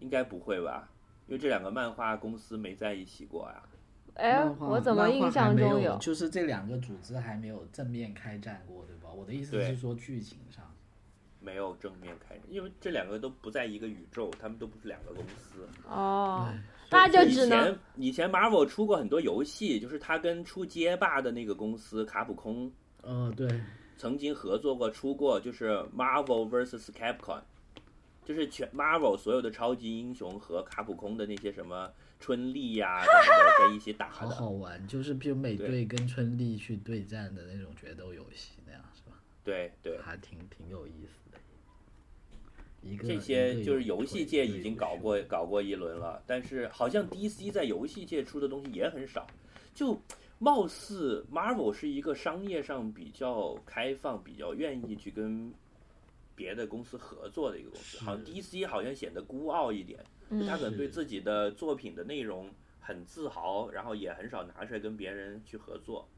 S2: 应该不会吧？因为这两个漫画公司没在一起过啊呀、
S5: 哎，
S4: 漫画
S5: 我怎么
S4: 漫画
S5: 印象
S4: 还没
S5: 中
S4: 有？就是这两个组织还没有正面开战过，对吧？我的意思
S2: 对
S4: 是说剧情上，
S2: 没有正面开始，因为这两个都不在一个宇宙，他们都不是两个公司。
S5: 哦
S4: 哎，
S5: 那就
S2: 以
S5: 只能
S2: 前以前 Marvel 出过很多游戏，就是他跟出街霸的那个公司卡普空
S4: 呃，对，
S2: 曾经合作过，出过就是 Marvel vs Capcom，就是全 Marvel 所有的超级英雄和卡普空的那些什么春丽 呀、什么的在一起打
S4: 好好
S2: 的。
S4: 玩，就是比如美
S2: 对
S4: 队跟春丽去对战的那种决斗游戏那样，是吧？
S2: 对对，
S4: 还挺挺有意思的。一个
S2: 这些就是游戏界已经搞过搞过一轮了，但是好像 DC 在游戏界出的东西也很少，就貌似 Marvel 是一个商业上比较开放、比较愿意去跟别的公司合作的一个公司，
S4: 是
S2: 好像 DC 好像显得孤傲一点，
S5: 嗯
S2: 他可能对
S4: 是
S2: 自己的作品的内容很自豪，然后也很少拿出来跟别人去合作。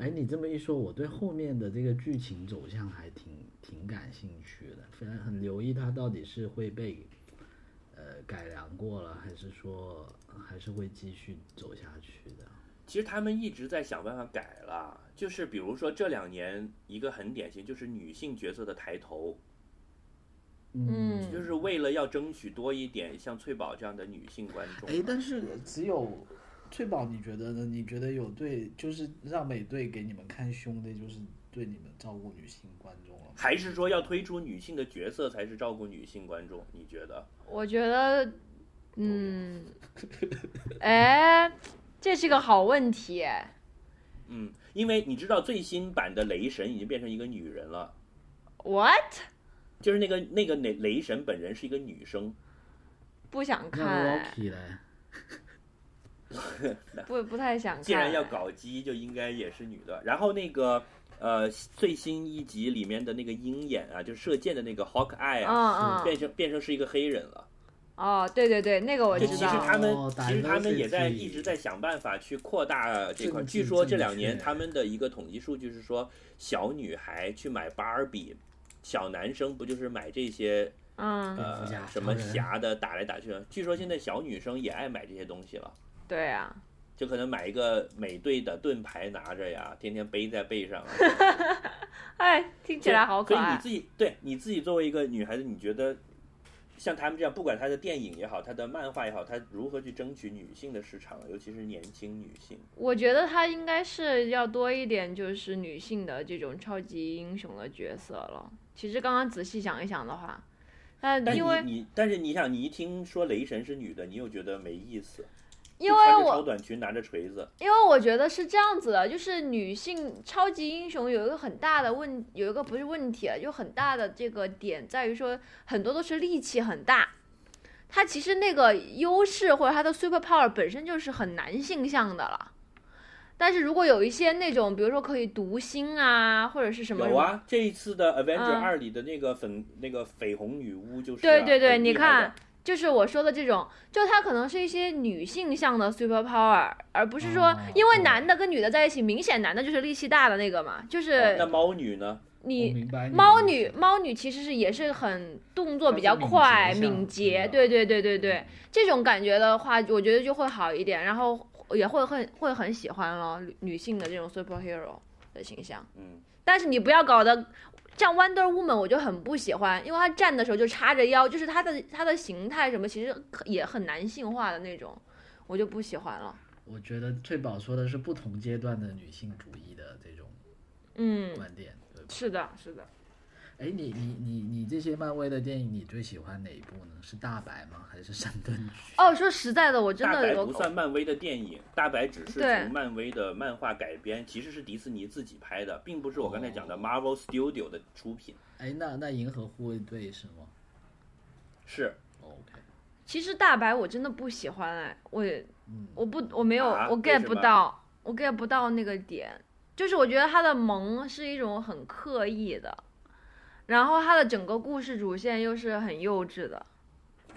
S4: 哎，你这么一说，我对后面的这个剧情走向还挺挺感兴趣的，非常很留意它到底是会被呃改良过了，还是说还是会继续走下去的。
S2: 其实他们一直在想办法改了，就是比如说这两年一个很典型就是女性角色的抬头，
S5: 嗯
S2: 就是为了要争取多一点像翠宝这样的女性观众。
S4: 哎，但是只有翠宝，你觉得呢？你觉得有对，就是让美队给你们看胸的，就是对你们照顾女性观众了吗？
S2: 还是说要推出女性的角色才是照顾女性观众？你觉得？
S5: 我觉得，嗯，哎，这是个好问题哎。
S2: 嗯，因为你知道最新版的雷神已经变成一个女人了，
S5: What？
S2: 就是那个那个雷雷神本人是一个女生，
S5: 不想看
S4: 那
S5: 哎，
S4: Loki 嘞？
S5: 不不太想看。
S2: 既然要，搞基，就应该也是女的。然后那个呃最新一集里面的那个鹰眼啊，就是射箭的那个 Hawk Eye 啊，
S5: 嗯嗯，
S2: 变成变成是一个黑人了。
S5: 哦，对对对，那个我
S2: 就
S5: 知
S2: 其实
S5: 道。
S2: 他们
S4: 哦，
S2: 其实他们也在
S4: diversity
S2: 一直在想办法去扩大这块。
S4: 政治
S2: 据说这两
S4: 正
S2: 年
S4: 确
S2: 他们的一个统计数据是说，小女孩去买芭比，小男生不就是买这些
S5: 嗯，
S4: 蝙
S2: 呃
S4: 蝠侠
S2: 什么
S4: 超人
S2: 侠的打来打去的？据说现在小女生也爱买这些东西了，
S5: 对啊，
S2: 就可能买一个美队的盾牌拿着呀，天天背在背 上啊。
S5: 哎，听起来好可
S2: 所以你
S5: 爱。
S2: 自己对你自己作为一个女孩子，你觉得像他们这样，不管她的电影也好，她的漫画也好，她如何去争取女性的市场，尤其是年轻女性？
S5: 我觉得他应该是要多一点，就是女性的这种超级英雄的角色了。其实刚刚仔细想一想的话，但
S2: 但
S5: 因为
S2: 你你，但是你想，你一听说雷神是女的，你又觉得没意思，
S5: 因
S2: 就
S5: 为
S2: 穿着超
S5: 我
S2: 短裙拿着锤子，
S5: 因为我觉得是这样子的，就是女性超级英雄有一个很大的问，有一个不是问题啊，就很大的这个点在于说，很多都是力气很大，她其实那个优势或者她的 super power 本身就是很男性向的了。但是如果有一些那种，比如说可以读心啊，或者是什么
S2: 有啊，这一次的 Avenger
S5: 嗯
S2: 二里的那个粉、那个绯红女巫就是啊、
S5: 对对对，
S2: 很厉害
S5: 你
S2: 的
S5: 看，就是我说的这种，就它可能是一些女性向的 super power，而不是说
S4: 哦
S5: 因为
S4: 对
S5: 男的跟女的在一起，明显男的就是力气大的那个嘛，就
S2: 哦那
S5: 是
S2: 猫女呢？
S5: 你
S4: 哦我明白你的
S5: 猫
S4: 意
S5: 女
S4: 思，
S5: 猫女其实是也是很动作
S4: 她
S5: 比
S4: 是
S5: 较
S4: 敏
S5: 快、
S4: 捷向
S5: 敏捷，
S4: 的
S5: 对对对对对，这种感觉的话，我觉得就会好一点，然后也会很会很喜欢咯女女性的这种 superhero 的形象。
S2: 嗯，
S5: 但是你不要搞得像 Wonder Woman，我就很不喜欢，因为她站的时候就叉着腰，就是她的她的形态什么，其实可也很男性化的那种，我就不喜欢了。
S4: 我觉得翠宝说的是不同阶段的女性主义的这种
S5: 嗯，
S4: 观点，对吧？
S5: 是的，是的。
S4: 哎，你你你你这些漫威的电影，你最喜欢哪一部呢？是大白吗？还是神盾
S2: 嗯
S4: 局？
S5: 哦，说实在的，我真
S2: 大
S5: 的
S2: 白
S5: 有
S2: 不算漫威的电影，大白只是
S5: 对
S2: 从漫威的漫画改编，其实是迪士尼自己拍的，并不是我刚才讲的 Marvel Studio 的出品。
S4: 哎，那那银河护卫队是吗哦
S2: 是，
S4: ？OK，
S5: 其实大白我真的不喜欢哎，我也
S4: 嗯，
S5: 我不我没有、
S2: 啊
S5: 我
S2: 为
S5: get
S2: 什
S5: 不
S2: 么
S5: 到，我 get 不到那个点，就是我觉得他的萌是一种很刻意的，然后他的整个故事主线又是很幼稚的。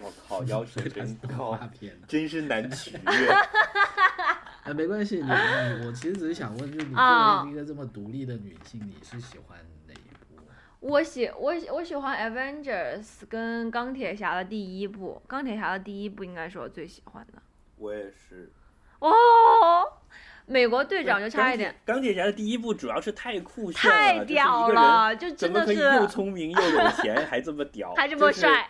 S2: 我靠，要求
S4: 所以它是
S2: 真
S4: 动
S2: 高啊
S4: 画，片的。
S2: 真是难取 悦。
S4: 哎，没关系， 你你我其实只是想问，就是你作
S5: 啊
S4: 为一个这么独立的女性，你是喜欢哪一部？
S5: 我喜我喜我喜欢 Avengers 跟钢铁侠的第一部，钢铁侠的第一部应该是我最喜欢的
S2: 我也是，
S5: 哦。美国队长就差一点，
S2: 钢铁侠的第一部主要是太酷炫
S5: 太
S2: 了，啊就是一
S5: 屌
S2: 个人
S5: 了，就
S2: 怎
S5: 真
S2: 么
S5: 的
S2: 可以又
S5: 是
S2: 聪明又有钱，还这么屌，
S5: 还这么
S2: 就是
S5: 帅，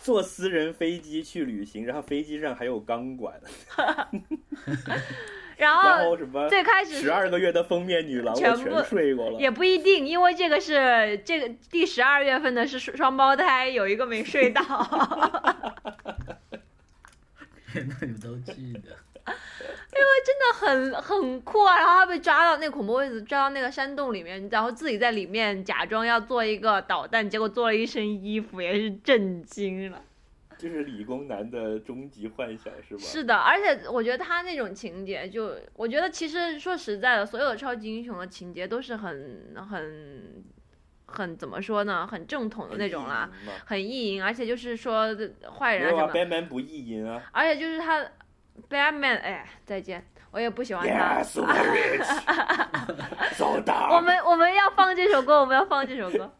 S2: 坐私人飞机去旅行，然后飞机上还有钢管，
S5: 然
S2: 然
S5: 后
S2: 后什么
S5: 啊最开始是
S2: 十二个月的封面女郎，我
S5: 全部
S2: 全睡过了。
S5: 也不一定，因为这个是这个第十二月份的是双双胞胎，有一个没睡到。
S4: 那你都记得？
S5: 很很酷啊！然后他被抓到那个恐怖分子，抓到那个山洞里面，然后自己在里面假装要做一个导弹，结果做了一身衣服，也是震惊了。
S2: 这是理工男的终极幻想是吧？
S5: 是的，而且我觉得他那种情节就，我觉得其实说实在的，所有超级英雄的情节都是很很很怎么说呢，很正统的那种啦，
S2: 很意淫嘛。
S5: 很意淫，而且就是说
S2: 嗯没
S5: 坏人啊
S2: 有
S5: 什
S2: 啊
S5: 么，
S2: ，Batman 不意淫啊。
S5: 而且就是他 Batman，哎，再见，我也不喜欢他。
S2: Yeah, super rich, so
S5: 我
S2: dark。
S5: 们我们要放这首歌，我们要放这首歌。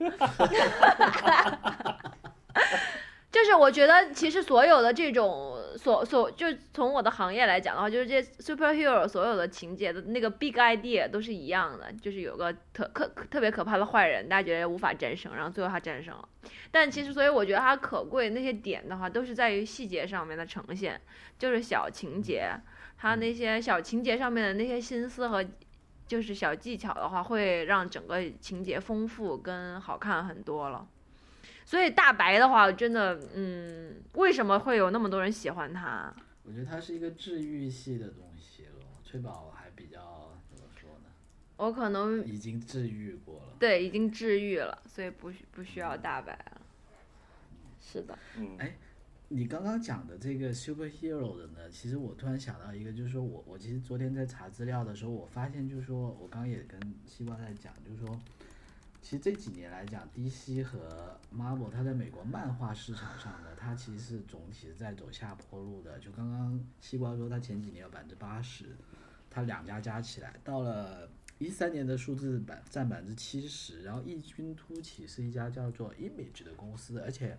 S5: 就是我觉得，其实所有的这种所所，就从我的行业来讲的话，就是这 superhero 所有的情节的那个 big idea 都是一样的，就是有个特可特别可怕的坏人，大家觉得无法战胜，然后最后他战胜了。但其实，所以我觉得它可贵那些点的话，都是在于细节上面的呈现，就是小情节，它那些小情节上面的那些心思和就是小技巧的话，会让整个情节丰富跟好看很多了。所以大白的话，真的，嗯，为什么会有那么多人喜欢他？
S4: 我觉得它是一个治愈系的东西了。翠宝还比较怎么说呢？
S5: 我可能
S4: 已经治愈过了。
S5: 对已经治愈了，所以不需不需要大白了。是的，
S2: 嗯，
S4: 你刚刚讲的这个 superhero 的呢，其实我突然想到一个，就是说我我其实昨天在查资料的时候，我发现就是说我刚刚也跟西瓜在讲，就是说，其实这几年来讲，DC 和 Marvel 它在美国漫画市场上呢，它其实是总体是在走下坡路的。就刚刚西瓜说，它前几年有百分之八十，它两家加起来到了。一三年的数字百占百分之七十，然后异军突起是一家叫做 Image 的公司，而且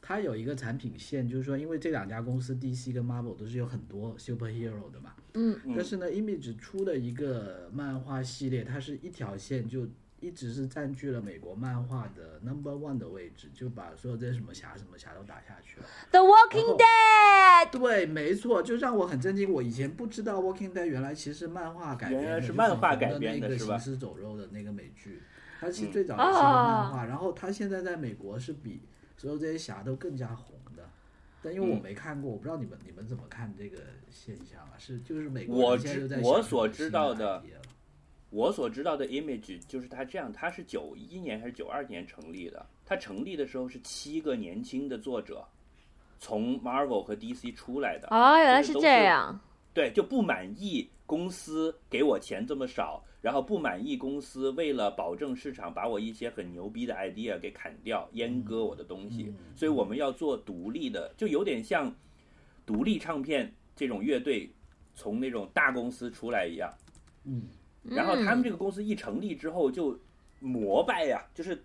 S4: 它有一个产品线，就是说，因为这两家公司 DC 跟 Marvel 都是有很多 superhero 的嘛，
S5: 嗯
S2: 嗯
S4: 但是呢，Image 出了一个漫画系列，它是一条线就一直是占据了美国漫画的 number one 的位置，就把所有这些什么侠什么侠都打下去了。
S5: ，The Walking
S4: 后
S5: Dead，
S4: 对，没错，就让我很震惊。我以前不知道《Walking Dead》原来其实是漫画改编的，
S2: 原来是
S4: 就
S2: 漫画改编
S4: 很
S2: 的
S4: 红的那个
S2: 是
S4: 《
S2: 吧
S4: 行尸走肉》的那个美剧，它其实
S2: 嗯
S4: 最早也是一个
S5: 哦
S4: 漫画，然后它现在在美国是比所有这些侠都更加红的。但因为我
S2: 嗯
S4: 没看过，我不知道你们你们怎么看这个现象啊？是就是美国
S2: 我
S4: 人现在
S2: 知
S4: 又在
S2: 我
S4: 想
S2: 所
S4: 这个
S2: 知
S4: 新
S2: 道
S4: 的
S2: 的
S4: idea 了
S2: 我所知道的 Image 就是他这样，他是九一年还是九二年成立的？他成立的时候是七个年轻的作者，从 Marvel 和 DC 出来的，
S5: 哦，原
S2: 原
S5: 来
S2: 来是
S5: 是这
S2: 这
S5: 样，
S2: 对，就不满意公司给我钱这么少，然后不满意公司为了保证市场把我一些很牛逼的 idea 给砍掉，阉割我的东西，
S4: 嗯
S2: 所以我们要做独立的，就有点像独立唱片这种乐队从那种大公司出来一样。
S4: 嗯，
S2: 然后他们这个公司一成立之后就膜拜呀、就是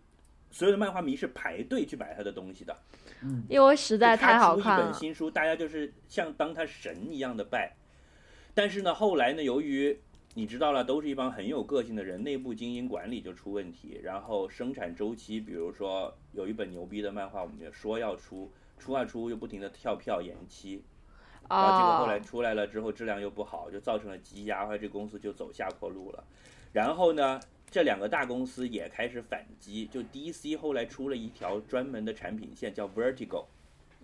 S2: 所有的漫画迷是排队去买他的东西的，
S5: 因为实在太好看啊
S2: 就他出一本
S5: 了。
S2: 新书，大家就是像当他神一样的拜。但是呢，后来呢，由于你知道了，都是一帮很有个性的人，内部经营管理就出问题，然后生产周期，比如说有一本牛逼的漫画，我们也说要出，出啊出又不停的跳票延期，然后结果后来
S5: 哦，
S2: 出来了之后质量又不好，就造成了积压，后来这公司就走下坡路了。然后呢，这两个大公司也开始反击，就 DC 后来出了一条专门的产品线叫 Vertigo，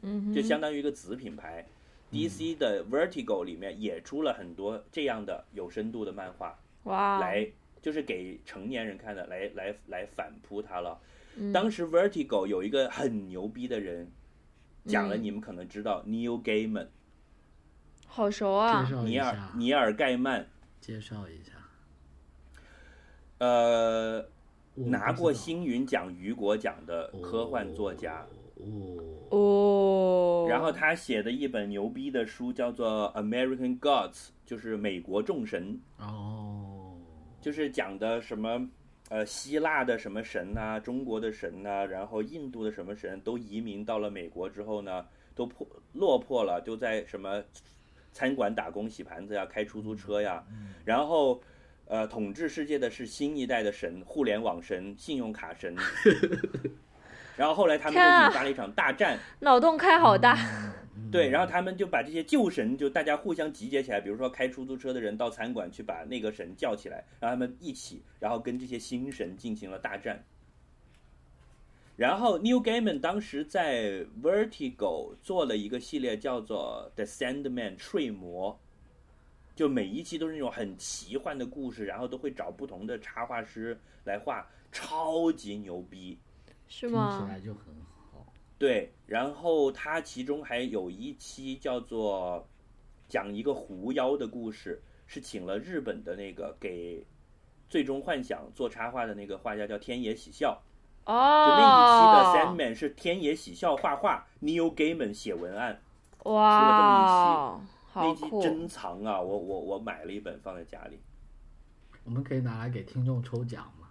S5: 嗯哼，
S2: 就相当于一个子品牌。DC
S4: 嗯
S2: 的 Vertigo 里面也出了很多这样的有深度的漫画，
S4: 啊
S5: 哇，
S2: 来就是给成年人看的，来来来反扑它了。
S5: 嗯
S2: 当时 Vertigo 有一个很牛逼的人，讲了
S5: 嗯
S2: 你们可能知道 Neil Gaiman，
S5: 好熟啊
S4: 介，绍一
S2: 尼尔
S4: 下，
S2: 尼尔盖曼。
S4: 介绍一下，
S2: 呃，
S4: 我
S2: 拿
S4: 不
S2: 过
S4: 知道
S2: 星云奖、雨果奖的科幻作家。
S4: 哦，
S5: 哦，
S2: 然后他写的一本牛逼的书叫做《American Gods》，就是美国众神，
S4: 哦，
S2: 就是讲的什么呃希腊的什么神呐、中国的神呐、然后印度的什么神都移民到了美国之后呢，都破落魄了，都在什么餐馆打工、洗盘子呀、开出租车呀，然后。呃，统治世界的是新一代的神，互联网神、信用卡神，然后后来他们就
S5: 天啊
S2: 引发了一场大战，
S5: 脑洞开好
S4: 嗯
S5: 大，
S2: 对，然后他们就把这些旧神，就大家互相集结起来，比如说开出租车的人到餐馆去把那个神叫起来，让他们一起，然后跟这些新神进行了大战。然后 New Gaiman 当时在 Vertigo 做了一个系列叫做《The Sandman》睡魔，就每一期都是那种很奇幻的故事，然后都会找不同的插画师来画，超级牛逼。
S5: 是
S4: 听
S5: 吗
S4: 起？来就很好，
S2: 对，然后它其中还有一期叫做讲一个狐妖的故事，是请了日本的那个给《最终幻想》做插画的那个画家叫天野喜孝，就
S5: 哦，
S2: 那一期的 Sandman 是天野喜孝画画，Neil Gaiman 写文案，
S5: 哇，
S2: 那
S5: 哦好
S2: 期
S5: 酷，
S2: 珍藏啊，我我我买了一本放在家里，
S4: 我们可以拿来给听众抽奖嘛？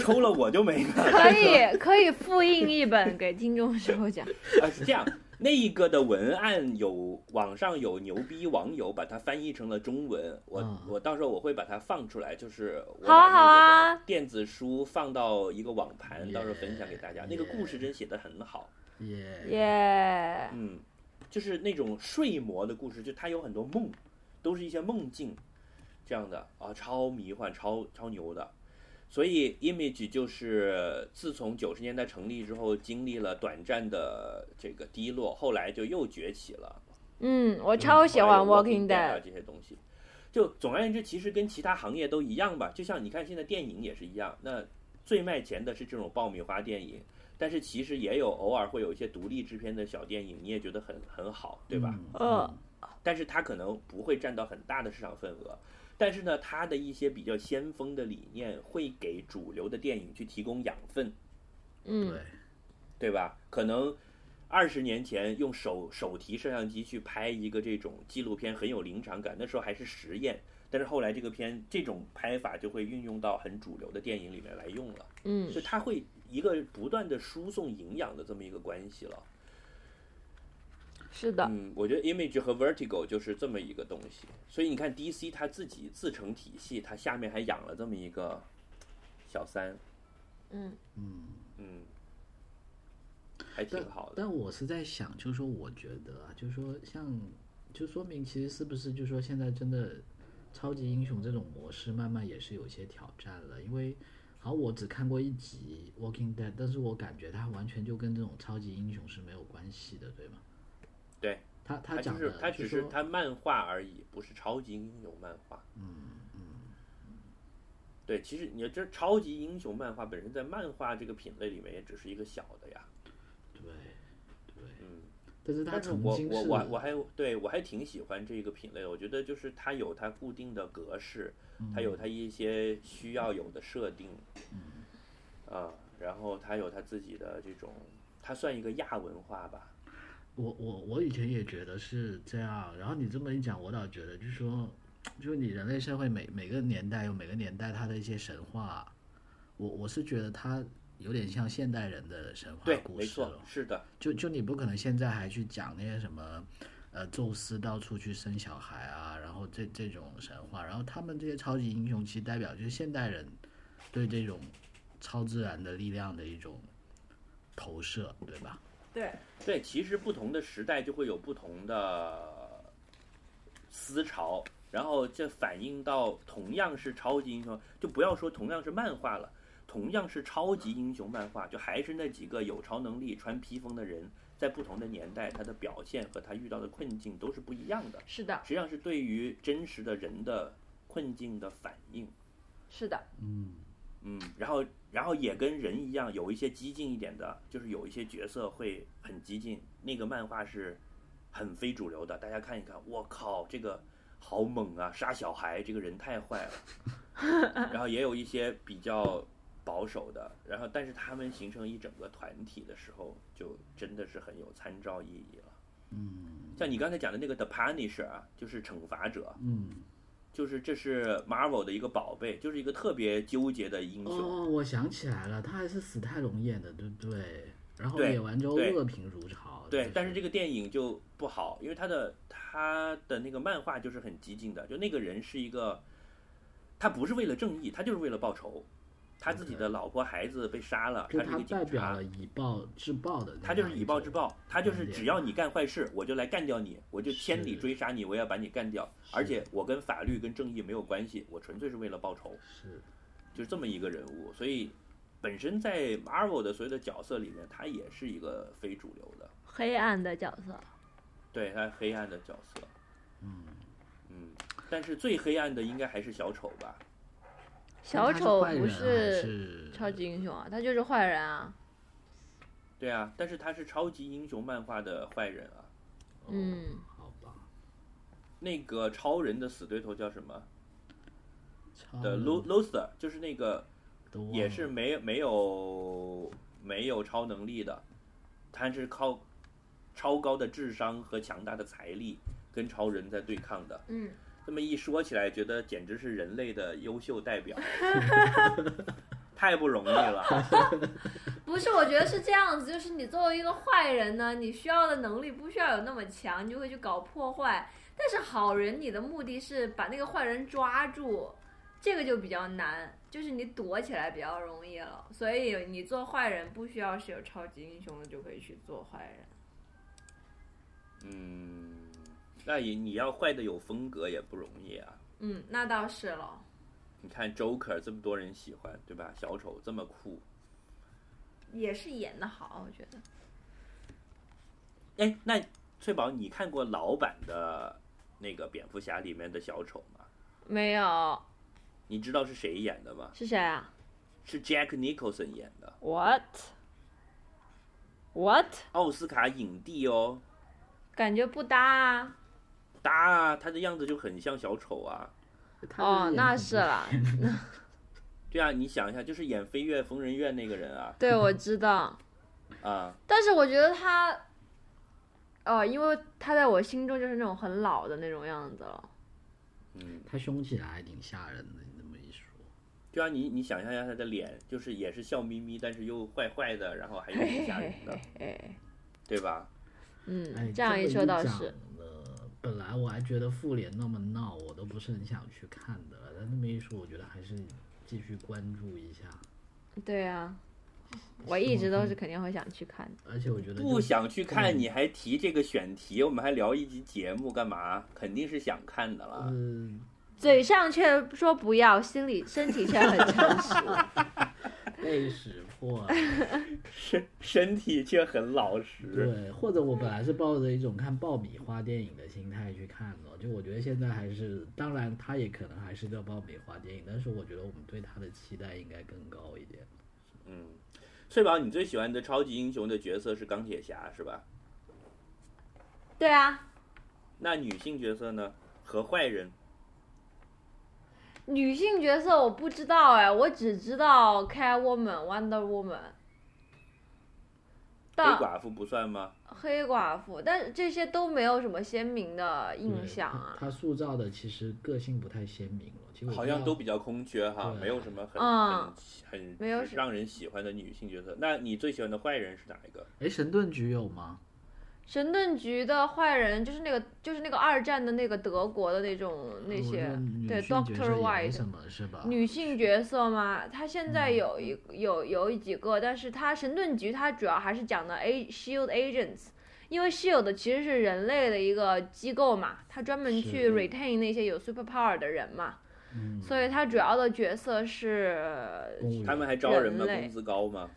S2: 抽了我就没了。
S5: 可以可以复印一本给听众抽奖，
S2: 啊，是这样，那一个的文案有网上有牛逼网友把它翻译成了中文，我、
S4: 嗯
S2: 我到时候我会把它放出来，就是我
S5: 好啊
S2: 把
S5: 好
S2: 那
S5: 啊
S2: 个电子书放到一个网盘，到时候分享给大家。那个
S4: Yeah
S2: 故事真写得很好，
S4: 耶
S5: 耶，
S2: 嗯，就是那种睡魔的故事，就它有很多梦，都是一些梦境这样的啊，超迷幻，超超牛的。所以 Image 就是自从九十年代成立之后，经历了短暂的这个低落，后来就又崛起了。
S5: 嗯，我超喜欢
S2: 还有 Dead
S5: Walking Dead
S2: 啊。这些东西。就总而言之，其实跟其他行业都一样吧。就像你看现在电影也是一样，那最卖钱的是这种爆米花电影，但是其实也有偶尔会有一些独立制片的小电影，你也觉得很很好，对吧？
S4: 嗯
S5: 呃，
S2: 但是它可能不会占到很大的市场份额。但是呢，它的一些比较先锋的理念会给主流的电影去提供养分，
S5: 嗯，
S4: 对，
S2: 对吧？可能二十年前用手手提摄像机去拍一个这种纪录片很有临场感，那时候还是实验，但是后来这个片这种拍法就会运用到很主流的电影里面来用了，
S5: 嗯
S2: 所以它会一个不断的输送营养的这么一个关系了。
S5: 是的，
S2: 嗯，我觉得 Image 和 Vertigo 就是这么一个东西，所以你看 DC 它自己自成体系，它下面还养了这么一个小三，
S5: 嗯
S4: 嗯。
S2: 嗯，还挺好的。
S4: 但我是在想，就是说，我觉得啊，就是说，像，就说明其实是不是，就是说，现在真的超级英雄这种模式，慢慢也是有些挑战了。因为，好，我只看过一集《Walking Dead》，但是我感觉它完全就跟这种超级英雄是没有关系的，对吗？
S2: 对，
S4: 他他
S2: 就
S4: 讲
S2: 是
S4: 的，
S2: 他
S4: 就
S2: 只是
S4: 说
S2: 他漫画而已，不是超级英雄漫画。嗯嗯。对，其实你要这超级英雄漫画本身在漫画这个品类里面也只是一个小的呀。
S4: 对，对，
S2: 嗯，
S4: 但是它
S2: 但是
S4: 曾
S2: 我
S4: 经
S2: 我
S4: 是
S2: 我我还对我还挺喜欢这个品类，我觉得就是它有它固定的格式，
S4: 嗯
S2: 它有它一些需要有的设定，
S4: 嗯
S2: 啊，然后它有它自己的这种，它算一个亚文化吧，
S4: 我我我以前也觉得是这样，然后你这么一讲，我倒觉得就是说，就是你人类社会每每个年代有每个年代它的一些神话，我我是觉得它有点像现代人的神话
S2: 对，
S4: 故
S2: 没
S4: 事
S2: 错
S4: 啊了，。
S2: 是的，
S4: 就就你不可能现在还去讲那些什么，呃，宙斯到处去生小孩啊，然后这这种神话，然后他们这些超级英雄其实代表就是现代人对这种超自然的力量的一种投射，对吧？
S3: 对，
S2: 对，其实不同的时代就会有不同的思潮，然后这反映到同样是超级英雄，就不要说同样是漫画了，同样是超级英雄漫画，就还是那几个有超能力、穿披风的人，在不同的年代，他的表现和他遇到的困境都是不一样的，
S5: 是的，
S2: 实际上是对于真实的人的困境的反应。
S5: 是的，
S4: 嗯，
S2: 嗯，然后然后也跟人一样，有一些激进一点的，就是有一些角色会很激进。那个漫画是很非主流的，大家看一看，我靠，这个好猛啊！杀小孩，这个人太坏了。然后也有一些比较保守的，然后但是他们形成一整个团体的时候，就真的是很有参照意义了。嗯，像你刚才讲的那个 The Punisher 啊，就是惩罚者，
S4: 嗯。
S2: 就是这是 Marvel 的一个宝贝，就是一个特别纠结的英雄。
S4: 哦，我想起来了，他还是史泰龙演的，对不对？然后
S2: 对
S4: 演完之后
S2: 对
S4: 恶评如潮。
S2: 对，但是这
S4: 个
S2: 个电影就不好，因为他的他的那个漫画就是很激进的，就那个人是一个，他不是为了正义，他就是为了报仇，他自己的老婆孩子被杀了，
S4: 就
S2: 他是
S4: 他
S2: 一个
S4: 代
S2: 警
S4: 表
S2: 察
S4: 了，以暴制暴的那样一种，
S2: 他就是以暴制暴，他就是
S4: 观点
S2: 只要你干坏事，我就来干掉你，我就是千里追杀你，我要把你干掉，
S4: 是
S2: 而且我跟法律跟正义没有关系，我纯粹是为了报仇。
S4: 是
S2: 就是这么一个人物，所以本身在 Marvel 的所有的角色里面，他也是一个非主流的，
S5: 黑暗的角色，
S2: 对他黑暗的角色，嗯但是最黑暗的应该还是小丑吧？
S5: 小丑不
S4: 是
S5: 超级英雄啊，他就是坏人啊。
S2: 对啊，但是他是超级英雄漫画的坏人啊。
S5: 嗯，
S4: 哦好吧，
S2: 那个超人的死对头叫什么？
S4: 超
S2: 的
S4: 人
S2: Lo Loser，就是那个
S4: 都忘
S2: 也
S4: 了
S5: 哦
S2: 是没没有没有超能力的，他是靠超高的智商和强大的财力跟超人在对抗的。
S5: 嗯，
S2: 这么一说起来，觉得简直是人类的优秀代表，太不容易了。
S5: 不是，我觉得是这样子，就是你作为一个坏人呢，你需要的能力不需要有那么强，你就会去搞破坏。但是好人，你的目的是把那个坏人抓住，这个就比较难，就是你躲起来比较容易了。所以你做坏人不需要是有超级英雄的就可以去做坏人。
S2: 嗯，那也你要坏的有风格也不容易啊。
S5: 嗯，那倒是了。
S2: 你看 Joker 这么多人喜欢，对吧？小丑这么酷，
S5: 也是演的好，我觉得
S2: 哎，那翠宝，你看过老版的那个蝙蝠侠里面的小丑吗？
S5: 没有
S2: 你知道是谁演的吗？
S5: 是谁啊
S2: 是 Jack Nicholson 演的，
S5: ？What What？
S2: 奥斯卡影帝哦。
S5: 感觉不搭啊！
S2: 搭啊，他的样子就很像小丑啊。
S4: 他
S5: 哦，
S4: 演
S5: 那
S4: 很
S5: 是
S4: 多
S5: 了，
S2: 对啊，你想一下，就是演《飞越疯人院》那个人啊
S5: 对，我知道。
S2: 啊，
S5: 但是我觉得他，哦，因为他在我心中就是那种很老的那种样子了。
S2: 嗯，
S4: 他凶起来还挺吓人的，你这么一说，
S2: 对啊，你你想象一下他的脸，就是也是笑眯眯，但是又坏坏的，然后还有点吓人的，
S5: 哎，
S2: 对吧？
S4: 哎，
S5: 嗯，
S4: 这
S5: 这样
S4: 么一
S5: 说倒
S4: 讲
S5: 是，
S4: 了本来我还觉得复联那么闹，我都不是很想去看的，但这么一说，我觉得还是继续关注一下。
S5: 对啊，我一直都是肯定会想去看的。
S4: 而且我觉
S2: 不
S4: 得就是嗯
S2: 想去看，你还提这个选题，我们还聊一集节目干嘛？肯定是想看的了。
S4: 嗯，
S5: 嘴上却说不要，心里身体却很诚 实。
S4: 被识破 了。
S2: 身身体却很老实，
S4: 对，或者我本来是抱着一种看爆米花电影的心态去看的，就我觉得现在还是，当然它也可能还是个爆米花电影，但是我觉得我们对它的期待应该更高一点。
S2: 嗯。翠宝，你最喜欢的超级英雄的角色是钢铁侠是吧？
S5: 对啊，
S2: 那女性角色呢？和坏人
S5: 女性角色我不知道哎，我只知道 Catwoman、Wonder Woman。
S2: 黑
S5: 但
S2: 寡妇不算
S4: 嗯
S2: 吗？
S5: 黑寡妇，但是这些都没有什么鲜明的印
S4: 对
S5: 象
S4: 他
S5: 啊。
S4: 他塑造的其实个性不太鲜明了，其实我
S2: 好
S4: 不
S2: 像
S4: 知
S2: 都
S4: 道
S2: 比较空缺哈，
S4: 对
S2: 没有什么很、
S5: 嗯
S2: 很很
S5: 没有什
S2: 让人喜欢的女性角色。那你最喜欢的坏人是哪一个？
S4: 哎，神盾局有吗？
S5: 神盾局的坏人就是那个，就是那个二战的那个德国的那种那些
S4: 我觉得，
S5: 对
S4: 哦女性
S5: ，Doctor
S4: 角色也没
S5: White
S4: 什。么嗯是吧？
S5: 女性角色嘛，她现在有一有有几个，但是她神盾局它主要还是讲的 A Shield Agents，因为 Shield 其实是人类的一个机构嘛，它专门去
S4: 是
S5: retain 那些有 superpower 的人嘛，
S4: 嗯，
S5: 所以它主要的角色是
S4: 公务员
S2: 他们还招人吗？
S5: 人类
S2: 工资高吗？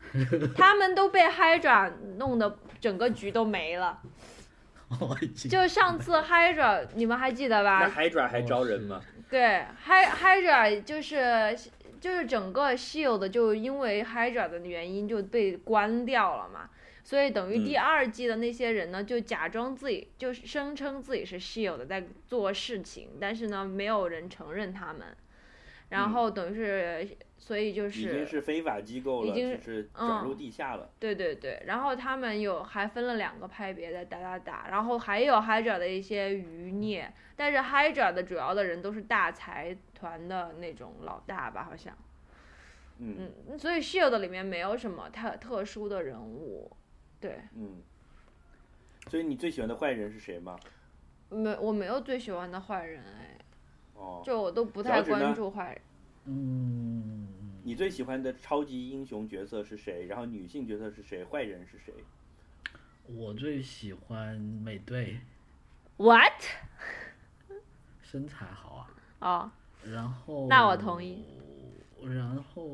S5: 他们都被 Hydra 弄得整个局都没了。
S4: 我已经
S5: 就上次 Hydra 你们还记得吧
S2: 那？Hydra
S4: 哦
S2: 还招人吗？
S5: 对，Hy-，Hydra 就是就是整个 Shield 就因为 Hydra 的原因就被关掉了嘛，所以等于
S2: 嗯
S5: 第二季的那些人呢，就假装自己就是声称自己是 Shield 在做事情，但是呢，没有人承认他们，然
S2: 嗯
S5: 后等于是，所以就
S2: 已经是非法机构了，
S5: 已经
S2: 只是转入地下了。
S5: 对对对，然后他们有还分了两个派别在打打打，然后还有 Hydra 的一些余孽，但是 Hydra 的主要的人都是大财团的那种老大吧，好像，
S2: 嗯
S5: 嗯，所以 Shield 里面没有什么特特殊的人物，对，
S2: 嗯。所以你最喜欢的坏人是谁吗？
S5: 没我没有最喜欢的坏人哎，
S2: 哦，
S5: 就我都不
S2: 小
S5: 太
S2: 指呢
S5: 关注坏人，
S4: 嗯，
S2: 你最喜欢的超级英雄角色是谁？然后女性角色是谁？坏人是谁？
S4: 我最喜欢美队，
S5: what
S4: 身材好啊。
S5: 哦，
S4: 然后
S5: 那我同意。
S4: 然后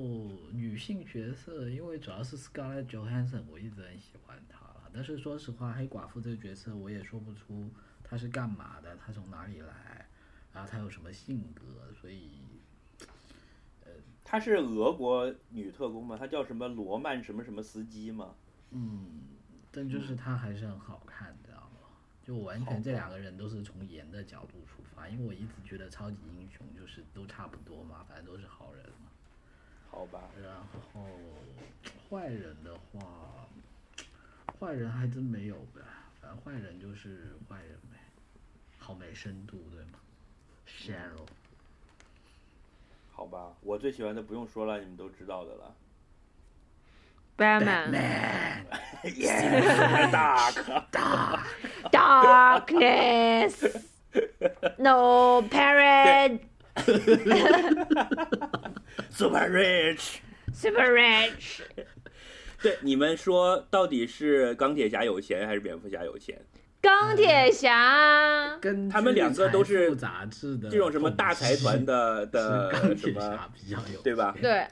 S4: 女性角色，因为主要是 Scarlett Johansson，我一直很喜欢她了。但是说实话，黑寡妇这个角色我也说不出她是干嘛的，她从哪里来，然后她有什么性格，所以
S2: 她是俄国女特工吗？她叫什么罗曼什么什么斯基吗？
S4: 但就是她还是很好看，你知道吗？就我完
S2: 好
S4: 全这两个人都是从颜的角度出发，因为我一直觉得超级英雄就是都差不多嘛，反正都是好人嘛。
S2: 好吧，
S4: 然后坏人的话，坏人还真没有呗，反正坏人就是坏人呗，好没深度对吗？Cheryl，
S2: 好吧，我最喜欢的不用说了，你们都知道的了。
S5: Batman
S2: 大哥，
S5: Darkness No Parent
S2: Super Rich。
S5: Super Rich
S2: 对，你们说到底是钢铁侠有钱还是蝙蝠侠有钱？
S5: 钢铁侠，
S4: 跟
S2: 他们两个都是
S4: 杂志的
S2: 这种什么大财团的
S4: 是
S2: 的
S4: 钢
S2: 什
S4: 铁
S2: 么
S4: 侠？比较有
S2: 对吧
S4: 钱？
S5: 对。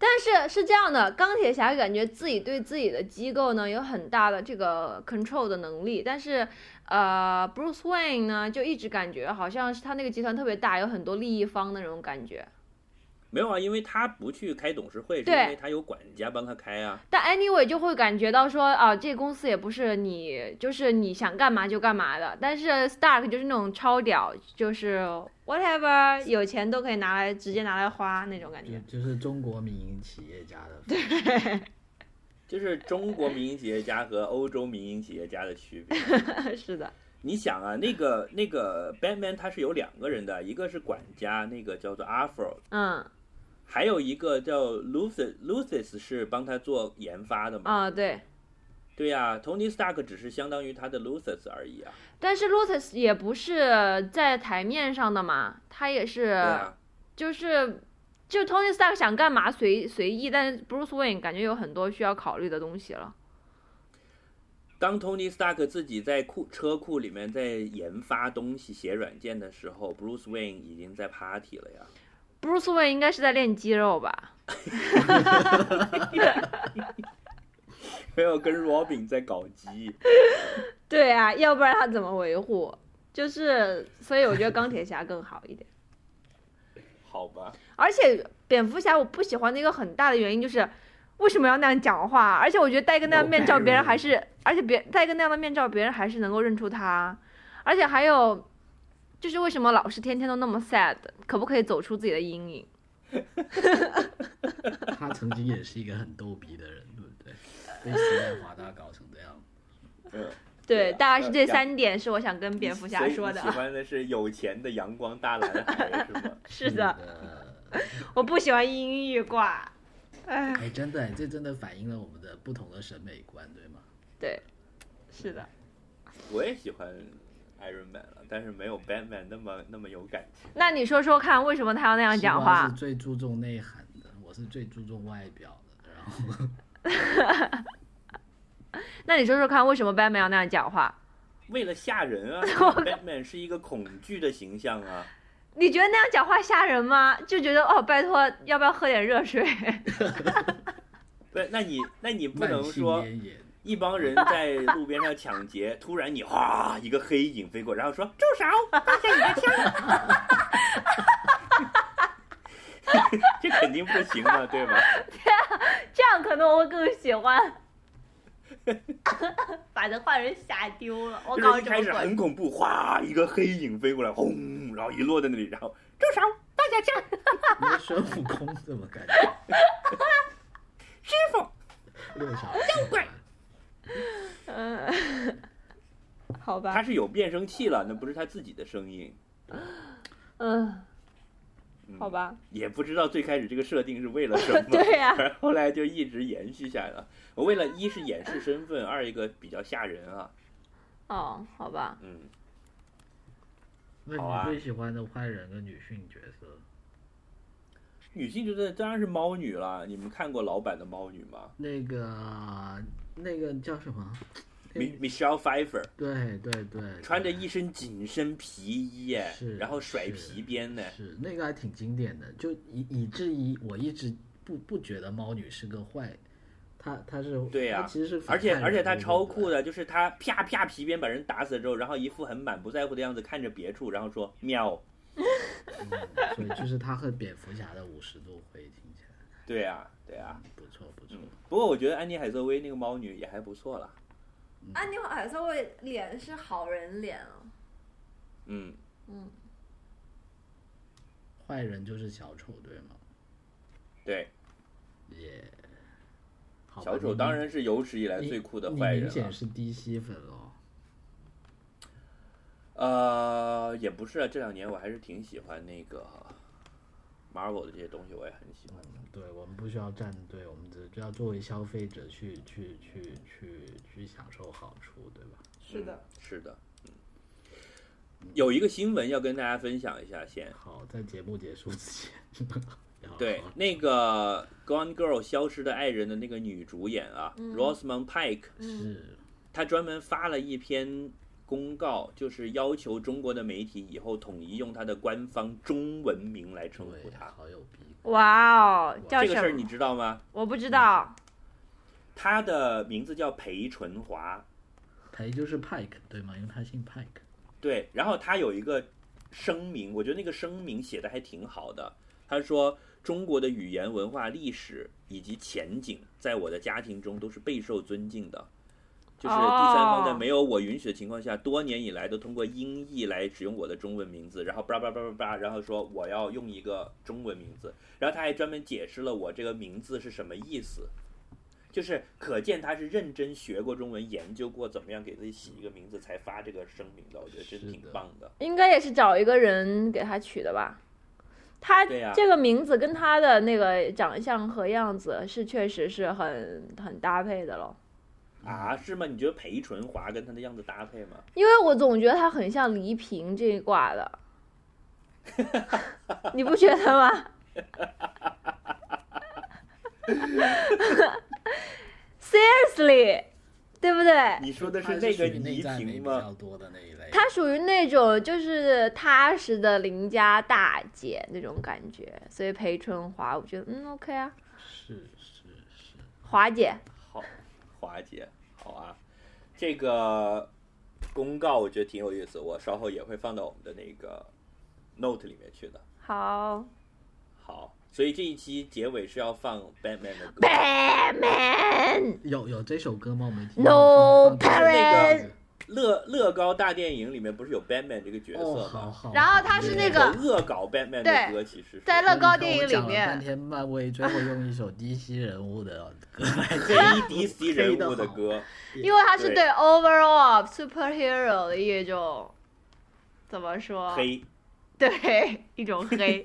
S5: 但是是这样的，钢铁侠感觉自己对自己的机构呢有很大的这个 control 的能力，但是呃，Bruce Wayne 呢就一直感觉好像是他那个集团特别大，有很多利益方的那种感觉。
S2: 没有啊，因为他不去开董事会，是因
S5: 对
S2: 为他有管家帮他开啊。
S5: 但 anyway 就会感觉到说啊，这公司也不是你就是你想干嘛就干嘛的。但是 Stark 就是那种超屌，就是 whatever 有钱都可以拿来直接拿来花那种感觉
S4: 就。就是中国民营企业家的
S2: 就是中国民营企业家和欧洲民营企业家的区别。
S5: 是的，
S2: 你想啊，那个那个 Batman 他是有两个人的，一个是管家，那个叫做 Afro，
S5: 嗯。
S2: 还有一个叫 Lucis Lucis 是帮他做研发的嘛。
S5: 啊，对，
S2: 对呀、t o n y Stark 只是相当于他的 Lucis 而已啊。
S5: 但是 Lotus 也不是在台面上的嘛，他也是，
S2: 对啊，
S5: 就是就 Tony Stark 想干嘛随随意，但是 Bruce Wayne 感觉有很多需要考虑的东西了。
S2: 当 Tony Stark 自己在库车库里面在研发东西、写软件的时候，Bruce Wayne 已经在 party 了呀。
S5: Bruce Wayne 应该是在练肌肉吧？
S2: 没有跟 Robin 在搞基。
S5: 对啊，要不然他怎么维护？就是，所以我觉得钢铁侠更好一点。
S2: 好吧，
S5: 而且蝙蝠侠我不喜欢的一个很大的原因就是，为什么要那样讲话？而且我觉得戴一个那样
S4: No
S5: 面罩，别人
S4: barrier
S5: 还是，而且别戴一个那样的面罩，别人还是能够认出他。而且还有，就是为什么老是天天都那么 sad？可不可以走出自己的阴影？
S4: 他曾经也是一个很逗逼的人，对不对？被西安华大搞成这样，
S2: 嗯，对
S5: 对，
S2: 啊
S5: 大概是
S2: 呃
S5: 这
S2: 杨
S5: 三点是我想跟蝙蝠侠
S2: 所以
S5: 说
S2: 你
S5: 的
S2: 喜。欢的是有钱的阳光大男孩是 吗？
S5: 是的，
S2: 嗯
S4: 呃，
S5: 我不喜欢阴郁挂。哎，
S4: 哎，真的，这真的反映了我们的不同的审美观，对吗？
S5: 对，是的。
S2: 我也喜欢 Iron Man 了，但是没有 Batman 那么那么有感情。
S5: 那你说说看，为什么他要那样讲
S4: 西瓜
S5: 话
S4: 是？最注重内涵的，我是最注重外表的。然后
S5: 那你说说看，为什么 Batman 要那样讲话？
S2: 为了吓人 啊，Batman 是一个恐惧的形象啊。
S5: 你觉得那样讲话吓人吗？就觉得哦，拜托，要不要喝点热 水？
S2: 对，那你那你 不能
S4: 慢性
S2: 说
S4: 咽炎，
S2: 一帮人在路边上抢劫， 突然你哗一个黑影飞过，然后说住手，放下你的枪。这肯定不行嘛，对吧？
S5: 这样可能我会更喜欢。 把那坏人吓丢 了，我
S2: 就
S5: 搞
S2: 是一
S5: 这
S2: 开始
S5: 么鬼
S2: 很恐怖，哗一个黑影飞过来，轰，然后一落在那里，然后住手，放下枪，
S4: 你的孙悟空怎么感觉？
S2: 师傅。
S4: 六小无鬼，
S5: 嗯， 好
S2: 他
S5: 吧，
S2: 是有变声器了，那不是他自己的声音。
S5: 嗯，
S2: 嗯
S5: 好，吧，。
S2: 也不知道最开始这个设定是为了什么
S5: 对呀
S2: 而后来就一直延续下来了。我为了一是掩饰身份，二一个比较吓人啊。
S5: 哦，好吧，
S2: 嗯，
S4: 那
S2: 好啊
S4: 你最喜欢的坏人跟女性角色？
S2: 女性角色当然是猫女了。你们看过老版的猫女吗
S4: 那个那个叫什么？那
S2: ？Mi- Michelle Pfeiffer
S4: 对对对，
S2: 穿着
S4: 对
S2: 一身紧身皮衣耶
S4: 是，
S2: 然后甩
S4: 是
S2: 皮鞭呢。
S4: 是那个还挺经典的，就以以至于我一直不不觉得猫女是个坏，她她是
S2: 对呀
S4: 她其实是反
S2: 而且
S4: 派
S2: 而且
S4: 人
S2: 她
S4: 物
S2: 超
S4: 对
S2: 酷的，就是她啪啪皮鞭把人打死了之后，然后一副很满不在乎的样子看着别处，然后说喵。
S4: 嗯所以就是她和蝙蝠侠的五十度灰听起来
S2: 对啊，对啊。
S4: 不错不错
S2: 嗯，不过我觉得安妮海瑟薇那个猫女也还不错啦。
S5: 啊
S3: 安妮海瑟薇脸是好人脸啊，
S5: 哦
S2: 嗯，
S3: 嗯，
S4: 坏人就是小丑对吗？
S2: 对，
S4: 也、好吧
S2: 小丑
S4: 哦你
S2: 当
S4: 明
S2: 然是有史以来
S4: 你
S2: 最酷的
S4: 你
S2: 坏人
S4: 明显
S2: 了。
S4: 是 DC 粉哦。
S2: 呃，也不是啊，这两年我还是挺喜欢那个 Marvel 的这些东西，我也很喜欢的。
S4: 对我们不需要站队，我们只只要作为消费者去去去去去享受好处，对吧？
S3: 是的，
S2: 是的，嗯，有一个新闻要跟大家分享一下先。
S4: 好，在节目结束之前， 要
S2: 对
S4: 好，
S2: 那个《Gone Girl》消失的爱人的那个女主演啊、
S3: 嗯
S2: r o s m o n d Pike，
S5: 嗯
S4: 是
S2: 他专门发了一篇公告，就是要求中国的媒体以后统一用他的官方中文名来称呼
S4: 对，
S2: 他。
S4: 好有逼格。
S5: 哇哦，叫
S2: 这个
S5: 什
S2: 事儿你
S5: 么？
S2: 知道吗？
S5: 我不知道，
S2: 他的名字叫裴淳华，
S4: 裴就是 Pike 对吗？因为他姓 Pike。
S2: 对，然后他有一个声明，我觉得那个声明写的还挺好的。他说：“中国的语言、文化、历史以及前景，在我的家庭中都是备受尊敬的。就是第三方在
S5: 哦
S2: 没有我允许的情况下，多年以来都通过音译来使用我的中文名字，然后叭叭叭叭叭，然后说我要用一个中文名字，然后他还专门解释了我这个名字是什么意思。”就是可见他是认真学过中文，研究过怎么样给自己起一个名字，才发这个声明的。我觉得真
S4: 是
S2: 挺
S4: 的
S2: 棒的。
S5: 应该也是找一个人给他取的吧？他
S2: 对呀
S5: 这个名字跟他的那个长相和样子是确实是很很搭配的咯。
S2: 啊，是吗？你觉得裴淳华跟他的样子搭配吗？
S5: 因为我总觉得他很像黎平这一挂的， 你不觉 得吗？Seriously，对不对？
S2: 你哎说的
S4: 他
S2: 是那
S4: 属
S2: 个
S4: 于内
S2: 倪
S4: 在美
S2: 萍
S4: 比
S2: 吗
S4: 较？多的那一类。
S5: 他属于那种就是踏实的邻家大姐那种感觉，所以裴春华，我觉得嗯 OK 啊，
S4: 是是是，
S5: 华姐，
S2: 好，华姐，好啊，这个公告我觉得挺有意思，我稍后也会放到我们的那个 note 里面去的。
S5: 好，
S2: 好，所以这一期结尾是要放 Batman 的歌。
S5: Batman
S4: 有有这首歌吗？我没听
S5: No
S4: 放放这首
S5: parents
S4: 歌
S2: 乐乐高大电影里面不是有 Batman 这个角
S4: 哦，
S2: 色
S4: 好
S2: 吗？
S4: 好。
S5: 然后他是那个
S2: 有恶搞 Batman 的歌，其实是
S5: 在乐高电
S4: 你看
S5: 影里
S4: 我讲了半
S5: 面，
S4: 天漫威，最后用一首 DC 人物的歌来
S2: 黑 DC 人物的歌。
S5: 因为他是
S2: 对
S5: 对 overall superhero 的一种怎么说？
S2: 黑，
S5: 对，一种黑。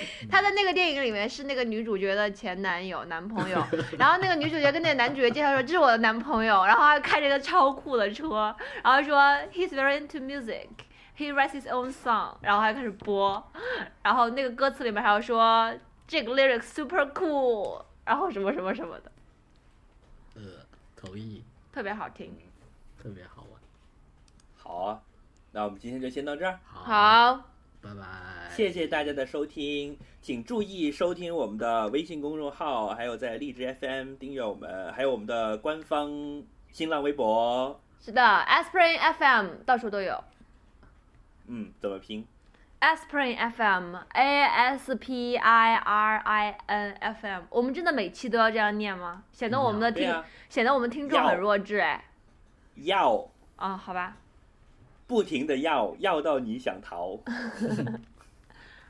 S5: 他在那个电影里面是那个女主角的前男友、男朋友，然后那个女主角跟那个男主角介绍说：“这是我的男朋友。”然后他开着一个超酷的车，然后说：“He's very into music. He writes his own song.” 然后还开始播，然后那个歌词里面还要说这个 lyrics super cool，然后什么什么什么的，
S4: 呃，投意
S5: 特别好听。
S4: 特别好玩。
S2: 好啊，那我们今天就先到这儿，
S4: 好，
S5: 好，
S4: 拜拜。
S2: 谢谢大家的收听，请注意收听我们的微信公众号，还有在荔枝 FM 订阅我们，还有我们的官方新浪微博，
S5: 是的，Aspirin FM 到处都有。
S2: 嗯，怎么拼？
S5: Aspirin FM A S P I R I N F M，我们真的每期都要这样念吗？显得我们的
S2: 对
S5: 听、
S2: 啊，
S5: 显得我们听众很弱智哎。
S2: 要
S5: 啊、好吧，
S2: 不停的要，要到你想逃，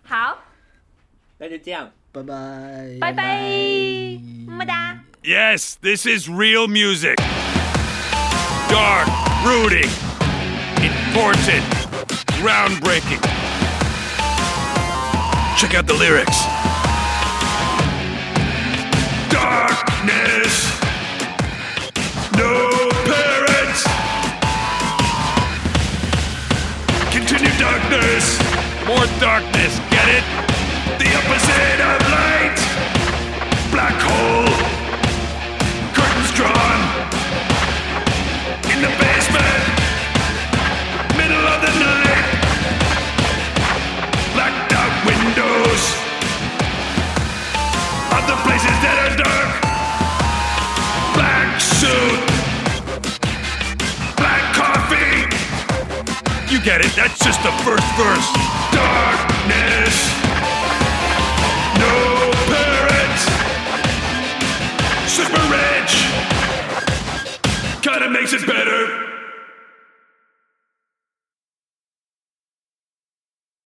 S5: 好，
S2: 那就这样。
S4: 拜拜，
S5: 拜拜，么么哒。
S6: Yes, this is real music. Dark, brooding, important, groundbreaking. Check out the lyrics. Darkness, no parents. Continue darkness, more darkness, get it? The opposite of light, black hole curtains drawn in the basement, middle of the night, blacked out windows of the places that are dark, black suit, black coffee. You get it, that's just the first verse. Darkness, no parents super rich. Kinda makes it better.